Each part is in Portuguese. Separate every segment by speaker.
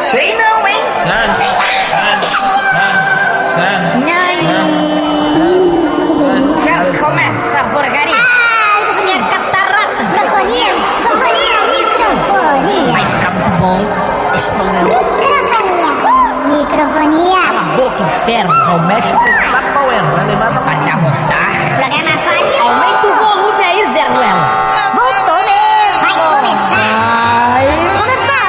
Speaker 1: Sei não, hein? Ai, já se começa essa porcaria.
Speaker 2: Ah, minha catarata. Microfonia, microfonia, microfonia.
Speaker 1: Vai ficar muito bom esse programa.
Speaker 2: Microfonia, microfonia.
Speaker 1: Cala a boca, inferno. Não mexe com esse papoelo. Vai levar pra cá. Te
Speaker 2: É
Speaker 1: aguentar.
Speaker 2: Programa fácil.
Speaker 1: Aumenta o volume aí, Zé Ruela.
Speaker 2: Voltou mesmo. Vai começar.
Speaker 1: Ai,
Speaker 2: Começar.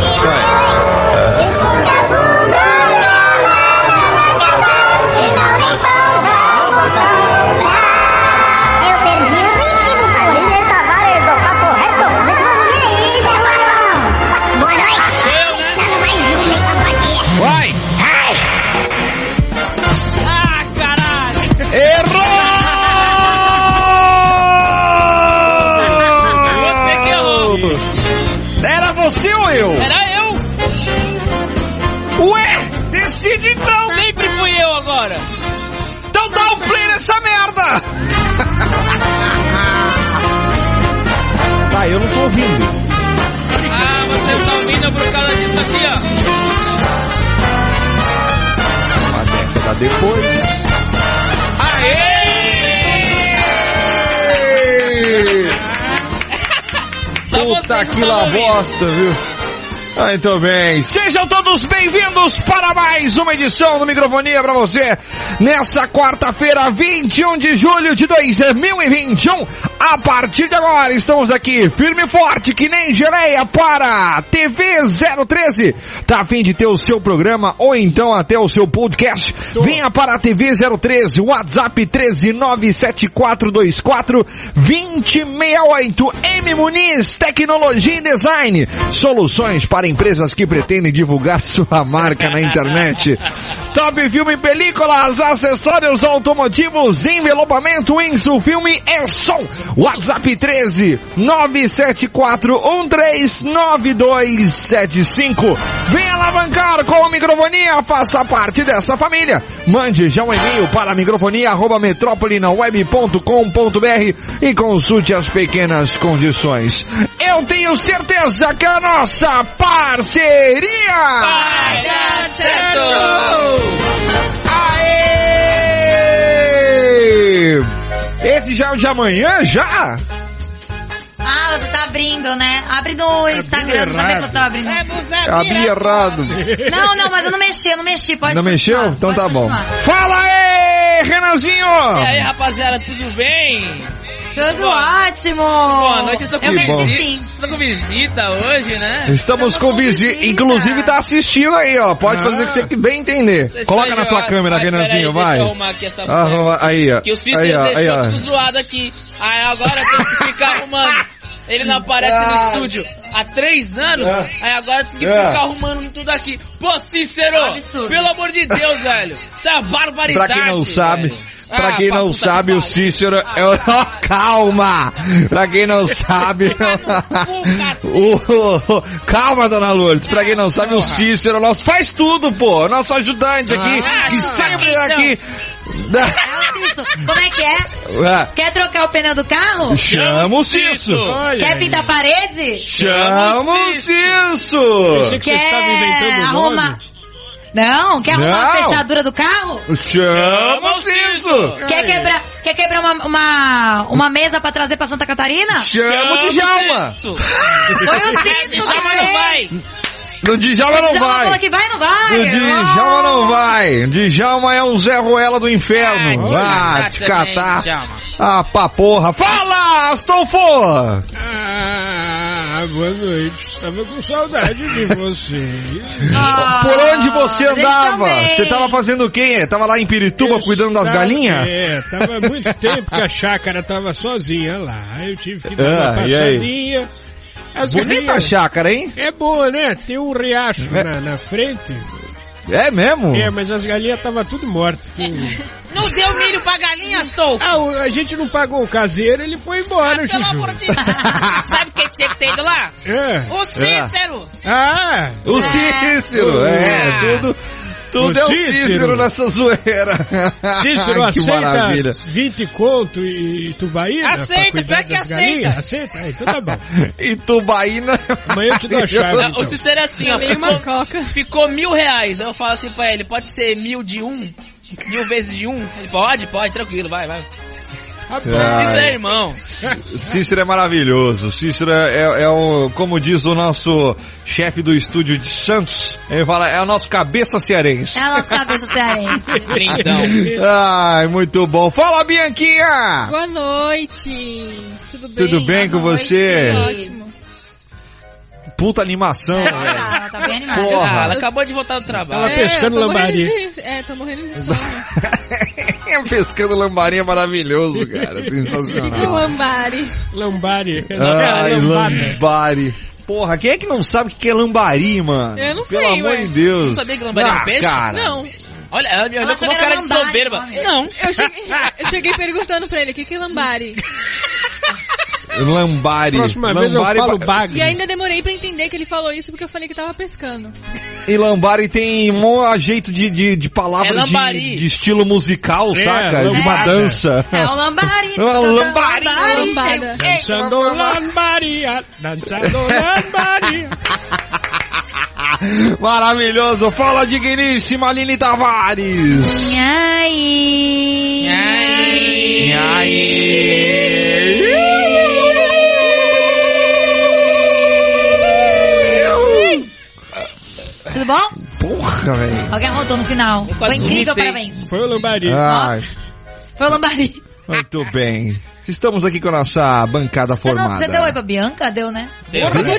Speaker 3: Isso aí.
Speaker 2: um
Speaker 3: Vai!
Speaker 4: Ah, caralho!
Speaker 3: Errou!
Speaker 4: Você que errou,
Speaker 3: Era você ou eu?
Speaker 4: Era eu!
Speaker 3: Ué, decide então!
Speaker 4: Sempre fui eu agora!
Speaker 3: Então dá o play nessa merda! Tá, eu não tô ouvindo.
Speaker 4: Ah, você tá ouvindo por causa disso aqui, ó!
Speaker 3: Uma década Tá depois. Aê!
Speaker 4: Só
Speaker 3: Puta
Speaker 4: vocês
Speaker 3: que
Speaker 4: não
Speaker 3: lá
Speaker 4: ouvindo.
Speaker 3: bosta, viu? Muito bem, sejam todos bem-vindos para mais uma edição do Microfonia pra você. Nessa quarta-feira, 21 de julho de 2021, a partir de agora estamos aqui firme e forte que nem geleia para TV 013. Tá a fim de ter o seu programa ou então até o seu podcast? Venha para a TV 013, WhatsApp 13974242068. M Muniz, tecnologia e design. Soluções para empresas que pretendem divulgar sua marca na internet. Top Filme Películas, acessórios automotivos, envelopamento, insul filme é som. WhatsApp 13 974139275. Venha alavancar com a microfonia, faça parte dessa família. Mande já um e-mail para microfonia@metropolinaweb.com.br e consulte as pequenas condições. Eu tenho certeza que é a nossa parceria
Speaker 4: Vai dar certo!
Speaker 3: Aê! Esse já é o de amanhã já?
Speaker 5: Ah, você tá abrindo, né? Abre no Instagram, não sabia que você tava abrindo.
Speaker 3: É, Abri errado.
Speaker 5: Não, não, mas eu não mexi, eu não mexi, pode
Speaker 3: é. Não mexeu?
Speaker 5: continuar, pode
Speaker 3: Então tá bom.
Speaker 5: continuar.
Speaker 3: Fala aí, Renanzinho!
Speaker 4: E aí, rapaziada, tudo bem?
Speaker 5: Tudo
Speaker 4: Boa.
Speaker 5: ótimo!
Speaker 4: Boa noite, estou com
Speaker 5: Eu
Speaker 3: Que bom.
Speaker 5: mexi
Speaker 4: visita.
Speaker 5: sim.
Speaker 4: Estou com visita hoje, né?
Speaker 3: Estamos
Speaker 5: Estamos
Speaker 3: com
Speaker 5: com
Speaker 3: visita.
Speaker 5: visita.
Speaker 3: Inclusive tá assistindo aí, ó. Pode fazer o que você
Speaker 4: Ah.
Speaker 3: bem entender.
Speaker 4: Vocês
Speaker 3: Coloca
Speaker 4: estão
Speaker 3: na tua
Speaker 4: enjoados.
Speaker 3: câmera,
Speaker 4: Mas
Speaker 3: Renanzinho,
Speaker 4: peraí, Deixa eu
Speaker 3: vai.
Speaker 4: arrumar aqui essa
Speaker 3: Arruma- Aí, ó.
Speaker 4: Que o Cícero
Speaker 3: Aí, ó. Aí,
Speaker 4: deixou tudo
Speaker 3: ó.
Speaker 4: zoado aqui. Aí agora tem que ficar arrumando. Ele não aparece
Speaker 3: Ah.
Speaker 4: no estúdio há três anos,
Speaker 3: Ah.
Speaker 5: É.
Speaker 4: aí agora tem que
Speaker 3: Ah.
Speaker 4: ficar arrumando tudo aqui. Pô, Cícero,
Speaker 5: Absurdo.
Speaker 4: pelo amor de Deus, velho. Isso é uma barbaridade.
Speaker 3: Pra quem não sabe,
Speaker 4: velho.
Speaker 3: pra
Speaker 4: Ah,
Speaker 3: quem não
Speaker 4: puta
Speaker 3: sabe,
Speaker 4: que
Speaker 3: o
Speaker 4: pariu. Ah.
Speaker 3: Cícero é o. Oh, calma! Pra quem não sabe. o- o- Calma, dona Lourdes. Pra quem
Speaker 4: Ah,
Speaker 3: não sabe, o Cícero é o nosso. Faz tudo, pô. Nosso ajudante aqui,
Speaker 4: Ah,
Speaker 3: que sempre tá aqui.
Speaker 5: É o Cícero. Como é que é? Quer trocar o pneu do carro?
Speaker 3: Chama o Cícero!
Speaker 4: Cícero.
Speaker 5: Quer pintar a parede?
Speaker 3: Chama o Cícero!
Speaker 5: Quer arrumar... Não, quer arrumar
Speaker 3: um Não.
Speaker 5: a fechadura do carro?
Speaker 3: Chama o Cícero!
Speaker 5: Quer quebrar, quer quebrar uma, uma, uma mesa pra trazer pra Santa Catarina?
Speaker 3: Chama o Djalma!
Speaker 4: Cícero.
Speaker 5: Foi o
Speaker 4: É,
Speaker 5: Cícero!
Speaker 4: Djalma não vai.
Speaker 3: No Djalma não
Speaker 5: Djalma falou
Speaker 3: vai!
Speaker 5: que vai ou não vai? Oh.
Speaker 3: O Djalma não vai. Djalma é um Zé Ruela do inferno.
Speaker 4: Ah,
Speaker 3: Ah,
Speaker 4: te
Speaker 3: te
Speaker 4: catar também,
Speaker 3: catar.
Speaker 4: Djalma.
Speaker 3: Ah, pra porra. Fala, Astolfo!
Speaker 6: Ah, boa noite. Estava com saudade de você.
Speaker 5: Ah,
Speaker 3: Por onde você
Speaker 5: eles
Speaker 3: andava?
Speaker 5: também.
Speaker 3: Você tava fazendo o quê? Tava lá em Pirituba
Speaker 6: Eu
Speaker 3: cuidando das
Speaker 6: estava-
Speaker 3: galinhas?
Speaker 6: É, tava há muito tempo que a chácara tava sozinha lá. Aí eu tive que dar
Speaker 3: Ah,
Speaker 6: uma
Speaker 3: e aí?
Speaker 6: passadinha. As
Speaker 3: Bonita a
Speaker 6: galinhas-
Speaker 3: chácara, hein?
Speaker 6: É boa, né? Tem um riacho
Speaker 3: É.
Speaker 6: na, na frente.
Speaker 3: É mesmo?
Speaker 6: É, mas as galinhas tava tudo mortas. que-
Speaker 4: Não deu milho pra galinha, Stolfo.
Speaker 6: Ah, o- a gente não pagou o caseiro, ele foi embora,
Speaker 4: Ah, Pelo
Speaker 6: Juju.
Speaker 4: amor de Deus. Sabe quem tinha que ter ido lá?
Speaker 6: É.
Speaker 4: O Cícero.
Speaker 6: Ah,
Speaker 3: O Cícero, é,
Speaker 6: Ah.
Speaker 3: tudo. Tudo
Speaker 6: Ô,
Speaker 3: é o Cícero,
Speaker 6: Cícero
Speaker 3: nessa zoeira.
Speaker 6: Cícero,
Speaker 3: Ai, que
Speaker 6: aceita
Speaker 3: maravilha.
Speaker 6: 20 conto e tubaína? pra
Speaker 4: Aceita,
Speaker 6: cuidar
Speaker 4: pior que
Speaker 6: das
Speaker 4: aceita.
Speaker 6: galinhas? Aceita? Ah, então tá bom.
Speaker 3: E Tubaína.
Speaker 6: Amanhã eu te dou a chave.
Speaker 4: O
Speaker 6: então.
Speaker 4: Cícero é assim, ó.
Speaker 7: uma
Speaker 4: Ficou,
Speaker 7: coca.
Speaker 4: ficou mil reais. Aí eu falo assim pra ele, pode ser mil de um? Mil vezes de um? Ele, pode, pode, tranquilo, vai, vai.
Speaker 6: Tá bom.
Speaker 3: Ah.
Speaker 4: Cícero é irmão.
Speaker 3: Cícero é maravilhoso. Cícero é, é o, como diz o nosso chefe do estúdio de Santos, ele fala, é o nosso cabeça cearense.
Speaker 5: É a nossa cabeça cearense.
Speaker 4: Trindão.
Speaker 3: Ai, muito bom. Fala, Bianquinha!
Speaker 7: Boa noite. Tudo bem?
Speaker 3: Tudo bem com
Speaker 7: Boa noite,
Speaker 3: você?
Speaker 7: tudo Ótimo.
Speaker 3: Puta animação, velho.
Speaker 5: Ela tá bem animada.
Speaker 3: Porra.
Speaker 4: Ah, ela acabou de voltar do trabalho.
Speaker 6: Ela pescando
Speaker 7: eu tô
Speaker 6: lambari.
Speaker 7: morrendo de- É, tô morrendo de sono.
Speaker 3: Pescando lambarinha é maravilhoso, cara.
Speaker 7: Que
Speaker 3: Sensacional.
Speaker 7: lambari.
Speaker 6: Lambari.
Speaker 3: Ai,
Speaker 6: É, lambada.
Speaker 3: lambari. Porra, quem é que não sabe o que é lambari, mano?
Speaker 7: Eu não
Speaker 3: Pelo
Speaker 7: sei,
Speaker 3: amor
Speaker 7: ué.
Speaker 3: de Deus.
Speaker 4: Não sabia que lambari é um
Speaker 3: Ah,
Speaker 4: peixe?
Speaker 3: Cara.
Speaker 7: Não,
Speaker 4: Olha, ela me olhou
Speaker 5: Ela
Speaker 4: com
Speaker 5: só
Speaker 4: uma
Speaker 5: quer
Speaker 4: cara de
Speaker 5: lambari,
Speaker 4: soberba.
Speaker 5: homem.
Speaker 4: Não.
Speaker 7: eu cheguei, eu cheguei perguntando pra ele, o que que é lambari?
Speaker 3: Lambari.
Speaker 6: Próxima
Speaker 3: lambari
Speaker 6: vez eu falo
Speaker 3: ba-
Speaker 6: bagre.
Speaker 7: E ainda demorei pra entender que ele falou isso porque eu falei que tava pescando.
Speaker 3: E lambari tem um jeito de, de, de palavra
Speaker 4: É
Speaker 3: de,
Speaker 4: lambari.
Speaker 3: de estilo musical,
Speaker 6: É,
Speaker 3: saca? De uma
Speaker 6: lambada.
Speaker 3: dança.
Speaker 5: É o lambari.
Speaker 3: É o lambari.
Speaker 7: Lambada.
Speaker 4: né?
Speaker 6: Dançando lambaria. Dançando lambaria.
Speaker 3: Maravilhoso. Fala, digníssima Aline Tavares.
Speaker 5: Nhaí.
Speaker 4: Nhaí.
Speaker 3: E aí?
Speaker 5: Tudo bom?
Speaker 3: Porra, velho.
Speaker 5: Alguém arrotou no final.
Speaker 4: Eu
Speaker 5: Foi
Speaker 4: quase
Speaker 5: incrível,
Speaker 4: rifei.
Speaker 5: parabéns.
Speaker 6: Foi o lambari.
Speaker 3: Ai,
Speaker 5: Foi o lambari.
Speaker 3: muito bem. Estamos aqui com a nossa bancada
Speaker 5: Você, não-
Speaker 3: formada.
Speaker 5: você deu oi pra Bianca? Deu, né?
Speaker 4: Deu.
Speaker 5: Você deu oi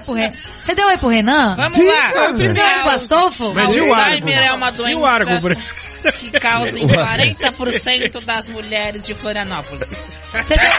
Speaker 5: pro Renan? Você deu oi pro Renan?
Speaker 4: Vamos lá.
Speaker 5: Você deu oi pro Astolfo?
Speaker 6: Mas e o
Speaker 4: Alzheimer é uma
Speaker 6: argo? E o argo,
Speaker 4: doença
Speaker 6: Bruno?
Speaker 4: que causa em 40% das mulheres de Florianópolis.
Speaker 5: Você deu oi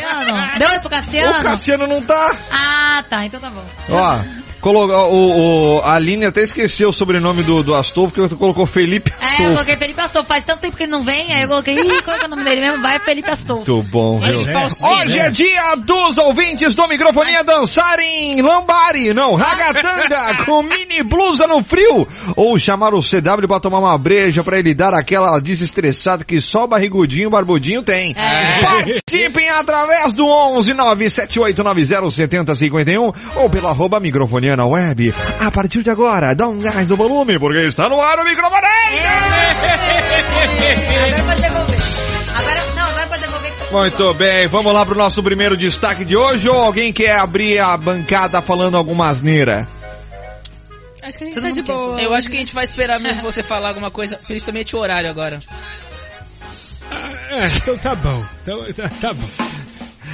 Speaker 5: pro Cassiano? Deu oi pro
Speaker 3: O
Speaker 5: Cassiano?
Speaker 3: Cassiano não tá.
Speaker 5: Ah, tá. Então tá bom.
Speaker 3: Ó, colocou, o, o- a Aline até esqueceu o sobrenome do, do Astolfo, que colocou Felipe
Speaker 5: É, eu coloquei Felipe Astolfo. Faz tanto tempo que ele não vem, aí eu coloquei... Ih, qual é o nome dele mesmo? Vai Felipe Astolfo.
Speaker 3: Muito bom, viu?
Speaker 6: É.
Speaker 3: Hoje é dia dos ouvintes do microfonia dançarem lambari, não, ragatanga, com mini blusa no frio, ou chamar o CW pra tomar uma breja pra ele dar aquela desestressada que só barrigudinho, barbudinho tem.
Speaker 5: É.
Speaker 3: Participem através do 11 978907051 ou pelo arroba microfonia na web. A partir de agora, dá um gás no volume, porque está no ar o microfone.
Speaker 5: Agora pode devolver. Agora, não, agora pode devolver. que tá tudo bom.
Speaker 3: Muito bem, vamos lá pro nosso primeiro destaque de hoje ou alguém quer abrir a bancada falando alguma asneira?
Speaker 7: Acho que a gente
Speaker 5: Todo
Speaker 7: tá
Speaker 5: mundo
Speaker 7: de
Speaker 5: quer.
Speaker 7: boa.
Speaker 4: Eu acho que a gente vai esperar mesmo você falar alguma coisa, principalmente o horário agora.
Speaker 3: É,
Speaker 6: Ah, é, então tá bom. Então tá, tá bom.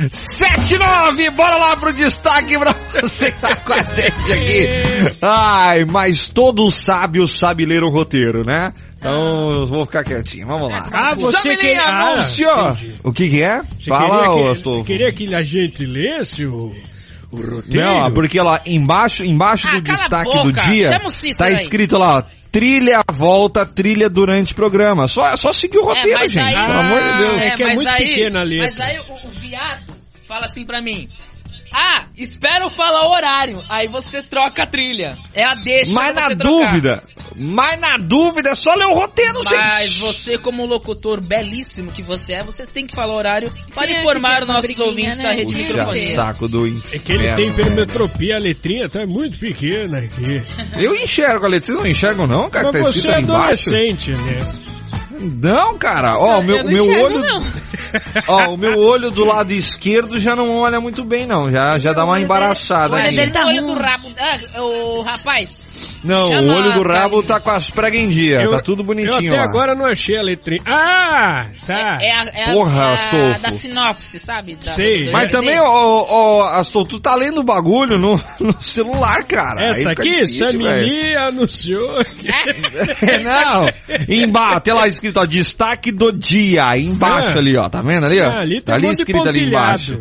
Speaker 3: 7-9, bora lá pro destaque pra você que tá com a gente aqui. Ai, mas todo sábio sabe ler o roteiro, né? Então eu vou ficar quietinho, vamos lá.
Speaker 6: Ah, você
Speaker 3: Samilinha
Speaker 6: que- ah,
Speaker 3: Anúncio!
Speaker 6: entendi.
Speaker 3: O que que é?
Speaker 6: Você
Speaker 3: Fala, ô
Speaker 6: queria que,
Speaker 3: Astolfo.
Speaker 6: queria que a gente lesse o, o roteiro?
Speaker 3: Não, porque lá embaixo, embaixo
Speaker 4: Ah,
Speaker 3: do
Speaker 4: cala a
Speaker 3: destaque
Speaker 4: boca.
Speaker 3: do dia,
Speaker 4: Chama o Cícero
Speaker 3: tá
Speaker 4: aí.
Speaker 3: escrito lá, ó, trilha, volta, trilha durante o programa. Só, é só seguir o roteiro,
Speaker 4: É, mas
Speaker 3: gente,
Speaker 4: aí-
Speaker 3: pelo amor de Deus.
Speaker 6: É que é
Speaker 4: mas
Speaker 6: muito
Speaker 4: aí,
Speaker 6: pequena a letra.
Speaker 4: Mas aí o, o viado fala assim pra mim. Ah, espera eu falar o horário. Aí você troca a trilha. É a deixa
Speaker 3: Mas
Speaker 4: pra
Speaker 3: na
Speaker 4: você trocar.
Speaker 3: dúvida, mas na dúvida é só ler o roteiro,
Speaker 4: Mas
Speaker 3: gente.
Speaker 4: você, como locutor belíssimo que você é, você tem que falar o horário para
Speaker 7: Tinha é que
Speaker 4: informar
Speaker 7: ter
Speaker 4: os
Speaker 7: uma
Speaker 4: nossos
Speaker 7: briguinha,
Speaker 4: ouvintes
Speaker 7: né?
Speaker 4: da rede
Speaker 7: Tinha que
Speaker 3: Puxa
Speaker 7: ter.
Speaker 4: microfonia.
Speaker 3: saco do
Speaker 6: É que ele
Speaker 3: inferno,
Speaker 6: tem
Speaker 3: velho.
Speaker 6: hipermetropia, a letrinha então é muito pequena aqui.
Speaker 3: Eu enxergo a letra, vocês não enxergam não, cara?
Speaker 6: Mas
Speaker 3: tá
Speaker 6: você
Speaker 3: escrito
Speaker 6: é
Speaker 3: ali embaixo.
Speaker 6: adolescente, né?
Speaker 3: Não, cara. Ó, o
Speaker 7: Eu
Speaker 3: meu,
Speaker 7: não
Speaker 3: meu
Speaker 7: enxergo,
Speaker 3: olho,
Speaker 7: não.
Speaker 3: ó, o meu olho do lado esquerdo já não olha muito bem não, já já dá uma embaraçada
Speaker 5: Mas
Speaker 4: Mas
Speaker 3: aqui.
Speaker 5: ele
Speaker 4: ele
Speaker 5: tá
Speaker 4: tá olho
Speaker 5: ruim.
Speaker 4: do rabo. Ah, o rapaz.
Speaker 3: Não,
Speaker 4: Chama
Speaker 3: o olho do
Speaker 4: a
Speaker 3: rabo
Speaker 4: Thalita.
Speaker 3: tá com as pregas em dia, tá tudo bonitinho
Speaker 6: Eu até
Speaker 3: lá.
Speaker 6: agora não achei a letrinha. Ah, tá.
Speaker 4: É a, é a-
Speaker 3: Porra,
Speaker 4: a-
Speaker 3: Astolfo.
Speaker 4: da sinopse, sabe? Da-
Speaker 6: Sei.
Speaker 4: do-
Speaker 3: Mas
Speaker 4: do-
Speaker 3: também, ó, ó, Astor, tu tá lendo o bagulho no, no celular, cara. Aí
Speaker 6: Essa é
Speaker 3: fica
Speaker 6: aqui,
Speaker 3: difícil, velho.
Speaker 6: Samili anunciou que...
Speaker 3: É, não. Embaixo, tem lá escrito, ó, destaque do dia. Embaixo
Speaker 6: Ah.
Speaker 3: ali, ó. Tá vendo ali, ó?
Speaker 6: Ah, ali tem um
Speaker 3: ali
Speaker 6: monte de
Speaker 3: escrito ali
Speaker 6: pontilhado.
Speaker 3: embaixo.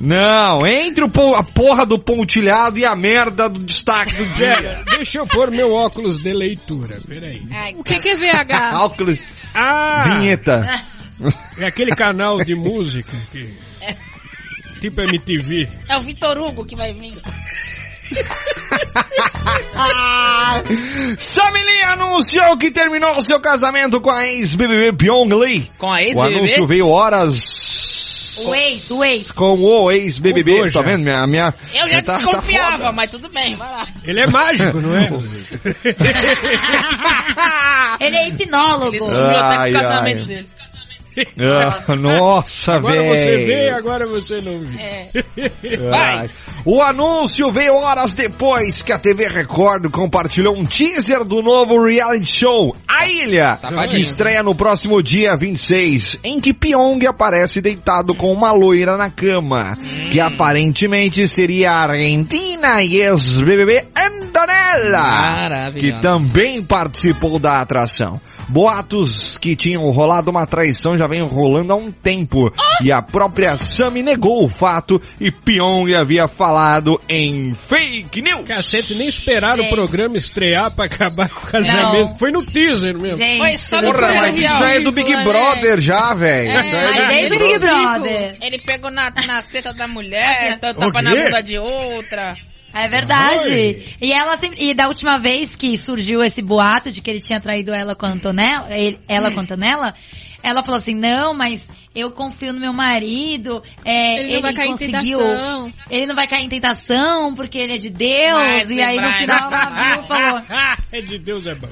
Speaker 3: Não, entre o pon- a porra do pontilhado e a merda do destaque do dia.
Speaker 6: Pera, deixa eu pôr meu óculos de leitura, peraí.
Speaker 4: Ai,
Speaker 7: O que que é VH?
Speaker 3: Álculos,
Speaker 6: Ah,
Speaker 3: vinheta.
Speaker 6: é aquele canal de música que... Tipo MTV.
Speaker 4: É o Vitor Hugo que vai vir.
Speaker 3: Samily anunciou que terminou seu casamento com a ex-BBB Pyong Lee.
Speaker 4: Com a
Speaker 3: O anúncio
Speaker 4: ex-BBB?
Speaker 3: veio horas
Speaker 5: O ex, o ex.
Speaker 3: com o ex-BBB.
Speaker 6: Mudou
Speaker 3: Tá
Speaker 6: já.
Speaker 3: vendo? Minha, minha,
Speaker 4: Eu já
Speaker 3: minha tá- tá
Speaker 4: desconfiava,
Speaker 3: foda.
Speaker 4: mas tudo bem, vai lá.
Speaker 6: Ele é mágico, não é?
Speaker 5: Ele é hipnólogo.
Speaker 4: Ele sumiu até
Speaker 3: Ai,
Speaker 4: com o casamento
Speaker 3: ai.
Speaker 4: dele.
Speaker 3: Ah, nossa,
Speaker 6: Agora
Speaker 3: velho.
Speaker 6: você vê, agora você não vê.
Speaker 4: É.
Speaker 3: Ai. O anúncio veio horas depois que a TV Record compartilhou um teaser do novo reality show A Ilha, que
Speaker 4: Safadinho.
Speaker 3: estreia no próximo dia 26, em que Pyong aparece deitado com uma loira na cama, que aparentemente seria a argentina e ex-BBB Antonella. Que
Speaker 4: Maravilhoso.
Speaker 3: também participou da atração. Boatos que tinham rolado uma traição já vem rolando há um tempo. E a própria Sammy negou o fato e Pyong havia falado em fake news.
Speaker 6: Cacete, nem esperaram o
Speaker 5: Gente.
Speaker 6: programa estrear pra acabar com o casamento.
Speaker 5: Não.
Speaker 6: Foi no teaser mesmo.
Speaker 5: Gente,
Speaker 4: Mas só me
Speaker 3: Porra, mas isso já é do Big
Speaker 7: Ridículo,
Speaker 3: Brother já, velho.
Speaker 5: mas
Speaker 3: Já é do
Speaker 5: desde o
Speaker 3: Big
Speaker 5: Big
Speaker 3: Brother.
Speaker 5: Brother.
Speaker 4: Ele pegou na, nas tetas da mulher, tá-
Speaker 6: O
Speaker 4: tapa
Speaker 6: quê?
Speaker 4: na bunda de outra.
Speaker 5: É verdade. E ela sempre, e da última vez que surgiu esse boato de que ele tinha traído ela com a Antonella, ele- ela com a Antonella, ela falou assim: "Não, mas eu confio no meu marido, é,
Speaker 7: Ele
Speaker 5: ele,
Speaker 7: não vai cair em
Speaker 5: conseguiu,
Speaker 7: tentação."
Speaker 5: ele não vai cair em tentação porque ele é de Deus".
Speaker 4: Mas
Speaker 5: e aí no
Speaker 4: lembrar,
Speaker 5: final ela viu, e falou:
Speaker 6: é de Deus é bom.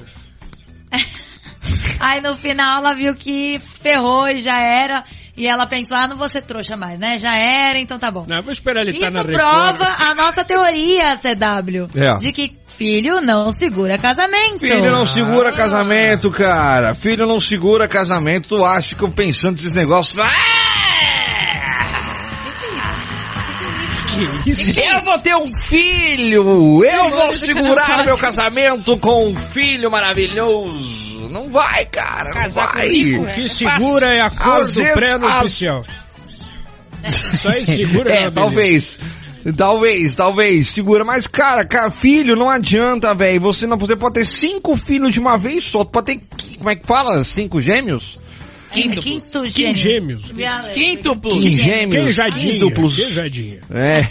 Speaker 5: Aí no final ela viu que ferrou e já era. E ela pensou, ah, não vou ser trouxa mais, né? Já era, então tá bom.
Speaker 6: Não, vou esperar ele estar
Speaker 5: Isso
Speaker 6: na Record.
Speaker 5: prova a nossa teoria, CW.
Speaker 3: É.
Speaker 5: De que filho não segura casamento.
Speaker 4: Então,
Speaker 3: Filho não
Speaker 4: ah.
Speaker 3: segura casamento, cara. Filho não segura casamento. Tu acha que eu pensando nesses negócios.
Speaker 6: Que isso?
Speaker 3: Eu vou ter um filho! Eu vou segurar meu casamento com um filho maravilhoso! Não vai, cara! Não
Speaker 4: Casar com
Speaker 3: vai!
Speaker 4: rico,
Speaker 6: O que
Speaker 4: É
Speaker 6: segura é
Speaker 3: Às
Speaker 6: acordo
Speaker 3: vezes-
Speaker 6: pré-nupcial. Só isso segura
Speaker 3: É,
Speaker 6: na
Speaker 3: talvez. Talvez, talvez, segura. Mas, cara, cara, filho, não adianta, velho. Você não você pode ter cinco filhos de uma vez só. Tu pode ter. qui- Como é que fala? Cinco gêmeos?
Speaker 4: Quinto.
Speaker 5: Quinto, Quinto
Speaker 6: Quem
Speaker 5: gênio.
Speaker 6: gêmeos?
Speaker 5: Violeta.
Speaker 4: Quíntuplo.
Speaker 6: Quem
Speaker 3: Gêmeos.
Speaker 6: jadinha?
Speaker 3: quíntuplos.
Speaker 6: Quem jadinha?
Speaker 3: É.